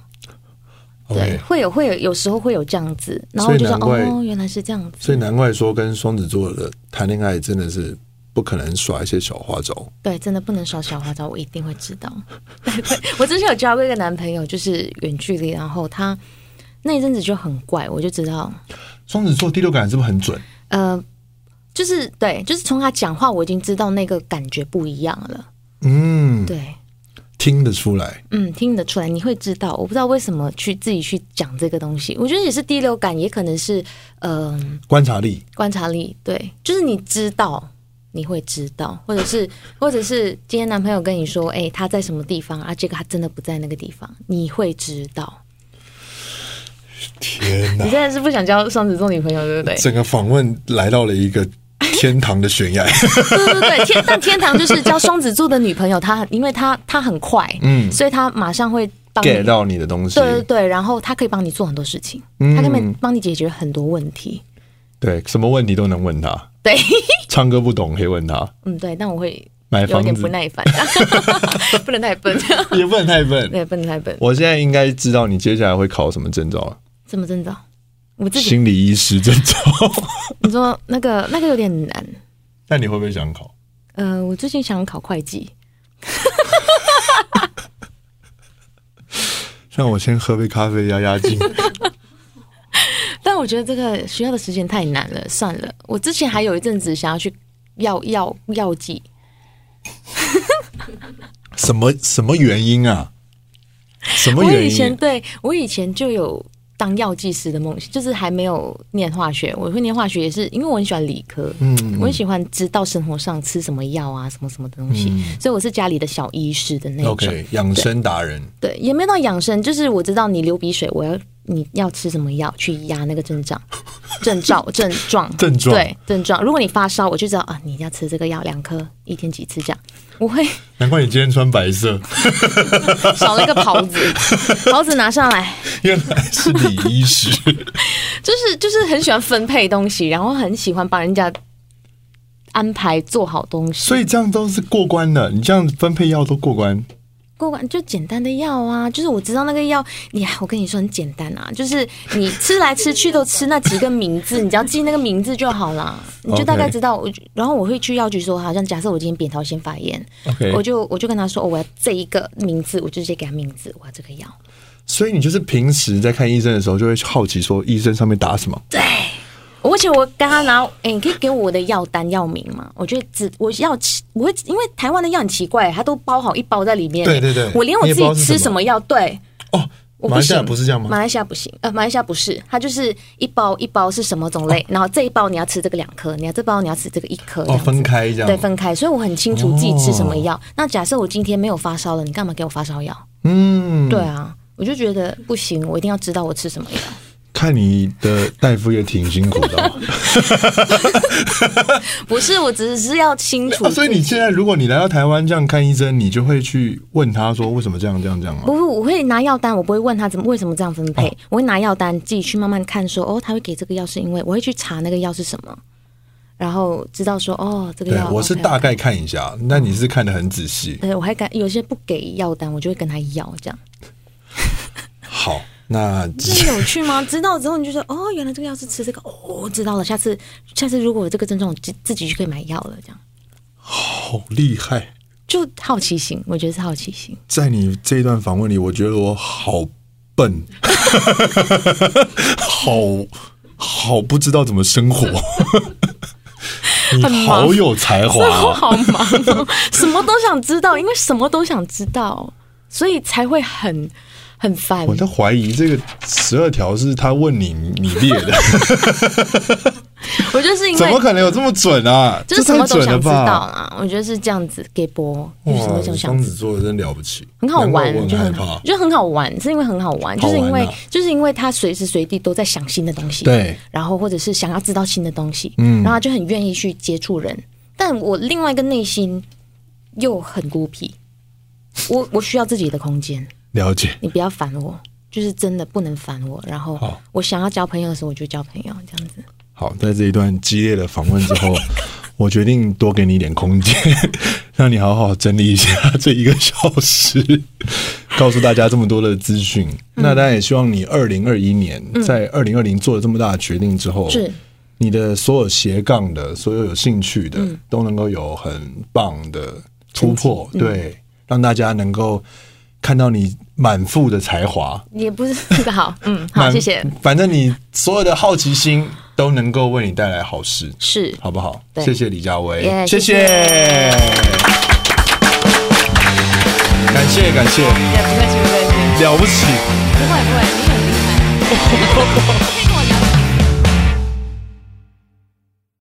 S2: 对，
S1: OK，
S2: 会有会有有时候会有这样子，然后
S1: 所以
S2: 我就说
S1: 难怪
S2: 哦，原来是这样子，
S1: 所以难怪说跟双子座的谈恋爱真的是不可能耍一些小花招。
S2: 对，真的不能耍小花招，我一定会知道。 [LAUGHS] 对对，我之前有交过一个男朋友，就是远距离，然后他那一阵子就很怪，我就知道，
S1: 双子座第六感是不是很准？
S2: 呃，就是对，就是从他讲话，我已经知道那个感觉不一样了。
S1: 嗯，
S2: 对，
S1: 听得出来。
S2: 嗯，听得出来，你会知道。我不知道为什么去自己去讲这个东西，我觉得也是第六感，也可能是嗯、呃
S1: 观察力，
S2: 观察力。对，就是你知道，你会知道，或者是或者是今天男朋友跟你说，哎、他在什么地方啊？结果他真的不在那个地方，你会知道。
S1: 天哪
S2: 你！真的是不想交双子座女朋友，对不对？
S1: [LAUGHS] 整个访问来到了一个天堂的悬崖。
S2: [LAUGHS] 对对对，天但天堂就是交双子座的女朋友，他因为他他很快，
S1: [LAUGHS] 嗯
S2: 所以他马上会帮你
S1: ，get 到你的东西
S2: 对，对对，然后他可以帮你做很多事情，他可以帮你解决很多问题。
S1: 对，什么问题都能问他。
S2: [LAUGHS] 对，
S1: 唱歌不懂可以问他，
S2: 嗯，对，但我会
S1: 买
S2: 有
S1: 房
S2: 点
S1: 子
S2: 不耐烦， [LAUGHS] 不能太笨，
S1: [LAUGHS] 也不能太笨。
S2: 对，不能太笨。
S1: [LAUGHS] 我现在应该知道你接下来会考什么证照了，
S2: 什么证照？我自己，
S1: 心理医师证照。
S2: 你说那个那个有点难。
S1: [LAUGHS] 那你会不会想 [LAUGHS] 考？
S2: 呃，我最近想考会计，
S1: 让我先喝杯咖啡压压惊。
S2: 但我觉得这个需要的时间太难了，算了。我之前还有一阵子想要去药药药剂，
S1: 什么什么原因啊？什么
S2: 我
S1: 原
S2: 以前
S1: 因？
S2: 对我以前就有当药剂师的梦想，就是还没有念化学。我会念化学也是因为我很喜欢理科，嗯，我很喜欢知道生活上吃什么药啊，什么什么的东西，所以我是家里的小医师的那一种。
S1: OK，养生达人。
S2: 对，也没有到养生，就是我知道你流鼻水，我要你要吃什么药去压那个症状、症兆、症状、
S1: 症状
S2: 对症状。如果你发烧，我就知道啊，你一定要吃这个药两颗，一天几次这样。
S1: [LAUGHS]
S2: 我会
S1: 难怪你今天穿白色，
S2: 少了一个袍子，袍子拿上来，
S1: [LAUGHS] 原来是李医师。
S2: 就是就是很喜欢分配东西，然后很喜欢帮人家安排做好东
S1: [LAUGHS]
S2: 西。
S1: 所以这样都是过关的，你这样分配药都过关。
S2: 过关就简单的药啊，就是我知道那个药，你我跟你说很简单啊，就是你吃来吃去都吃那几个名字，你只要记那个名字就好啦，你就大概
S1: OK
S2: 知道。我就然后我会去药局说，好像假设我今天扁桃腺发炎
S1: OK
S2: 我就我就跟他说、哦我要这一个名字，我就直接给他名字，我要这个药。
S1: 所以你就是平时在看医生的时候，就会好奇说医生上面打什么。
S2: 而且我刚刚拿，哎、你可以给我的药单药名吗？我觉得只我要吃，我会因为台湾的药很奇怪，它都包好一包在里面。
S1: 对对对
S2: 我连我自
S1: 你也不
S2: 己
S1: 知道是什
S2: 吃
S1: 么
S2: 什么药，对。
S1: 哦，
S2: 我
S1: 马来西亚
S2: 行
S1: 不是这样吗
S2: 马？来西亚不行，呃，马来西亚不是，它就是一包一包是什么种类，然后这一包你要吃这个两颗，你要这包你要吃这个一颗，这
S1: 哦，
S2: 样子
S1: 分开这样。哦
S2: 对分开，所以我很清楚自己吃什么药。那假设我今天没有发烧了，你干嘛给我发烧药？
S1: 嗯，
S2: 对啊，我就觉得不行，我一定要知道我吃什么药。
S1: 看你的大夫也挺辛苦的哦、
S2: [LAUGHS] 不是，我只是要清楚
S1: 啊所以你现在如果你来到台湾这样看医生，你就会去问他说为什么这样这样这样啊？
S2: 不是，我会拿药单，我不会问他怎么为什么这样分
S1: 哦
S2: 配，我会拿药单自己去慢慢看说，哦，他会给这个药是因为我会去查那个药是什么，然后知道说哦这个
S1: 对
S2: 药，
S1: 我是
S2: OK，
S1: 大概看一下，那你是看得很仔细。
S2: 对我还敢有些不给药单，我就会跟他要这样，
S1: 好，那
S2: 这是有趣吗？知道之后你就说哦，原来这个药是吃这个，哦，我知道了，下次下次如果有这个症状，我自自己就可以买药了，这样
S1: 好厉害，
S2: 就好奇心，我觉得是好奇心。
S1: 在你这一段访问里，我觉得我好笨， [LAUGHS] 好好不知道怎么生活。你
S2: [LAUGHS] 很忙
S1: 好有才
S2: [LAUGHS]
S1: 华
S2: 我
S1: 哦、
S2: 好忙、哦，什么都想知道，因为什么都想知道，所以才会很很烦
S1: 我。在怀疑这个十二条是他问你你列的，
S2: 我 [LAUGHS] 就是因
S1: 怎么
S2: 为
S1: 可能有这么准啊？
S2: 就是
S1: 这
S2: 什
S1: 太
S2: 么都
S1: 准了
S2: 想知道
S1: 吧！
S2: 啦，我觉得是这样子给播，就是什
S1: 哇
S2: 么，都想
S1: 双
S2: 知
S1: 子座真了不起，
S2: 很好
S1: 难怪我
S2: 玩，就
S1: 很害
S2: 很好
S1: 怕，。啊
S2: 就很好玩，是因为很好玩，就是因为就是因为他随时随地都在想新的东西，
S1: 对，
S2: 然后或者是想要知道新的东西，嗯，然后他就很愿意去接触人。但我另外一个内心又很孤僻，我我需要自己的空间。
S1: 了解。
S2: 你不要烦我，就是真的不能烦我。然后
S1: 好
S2: 我想要交朋友的时候，我就交朋友，这样子。
S1: 好，在这一段激烈的访问之后，我决定多给你一点空间， [LAUGHS] 让你好好整理一下这一个小时，告诉大家这么多的资讯。那当然也希望你二零二一年、在二零二零做了这么大的决定之后，
S2: 是
S1: 你的所有斜杠的、所有有兴趣的，都能够有很棒的突破，对，让大家能够看到你满腹的才华。[LAUGHS]
S2: 也不是好，嗯，好，
S1: 满
S2: 谢谢。。
S1: 反正你所有的好奇心都能够为你带来好事。
S2: 是，
S1: 好不好？
S2: 对
S1: 谢谢李佳薇
S2: Yeah，
S1: 谢
S2: 谢
S1: 谢
S2: 谢，
S1: 感谢感谢，
S2: 也不客气，不客气，
S1: 了不起。
S2: 不会不会，你很厉害。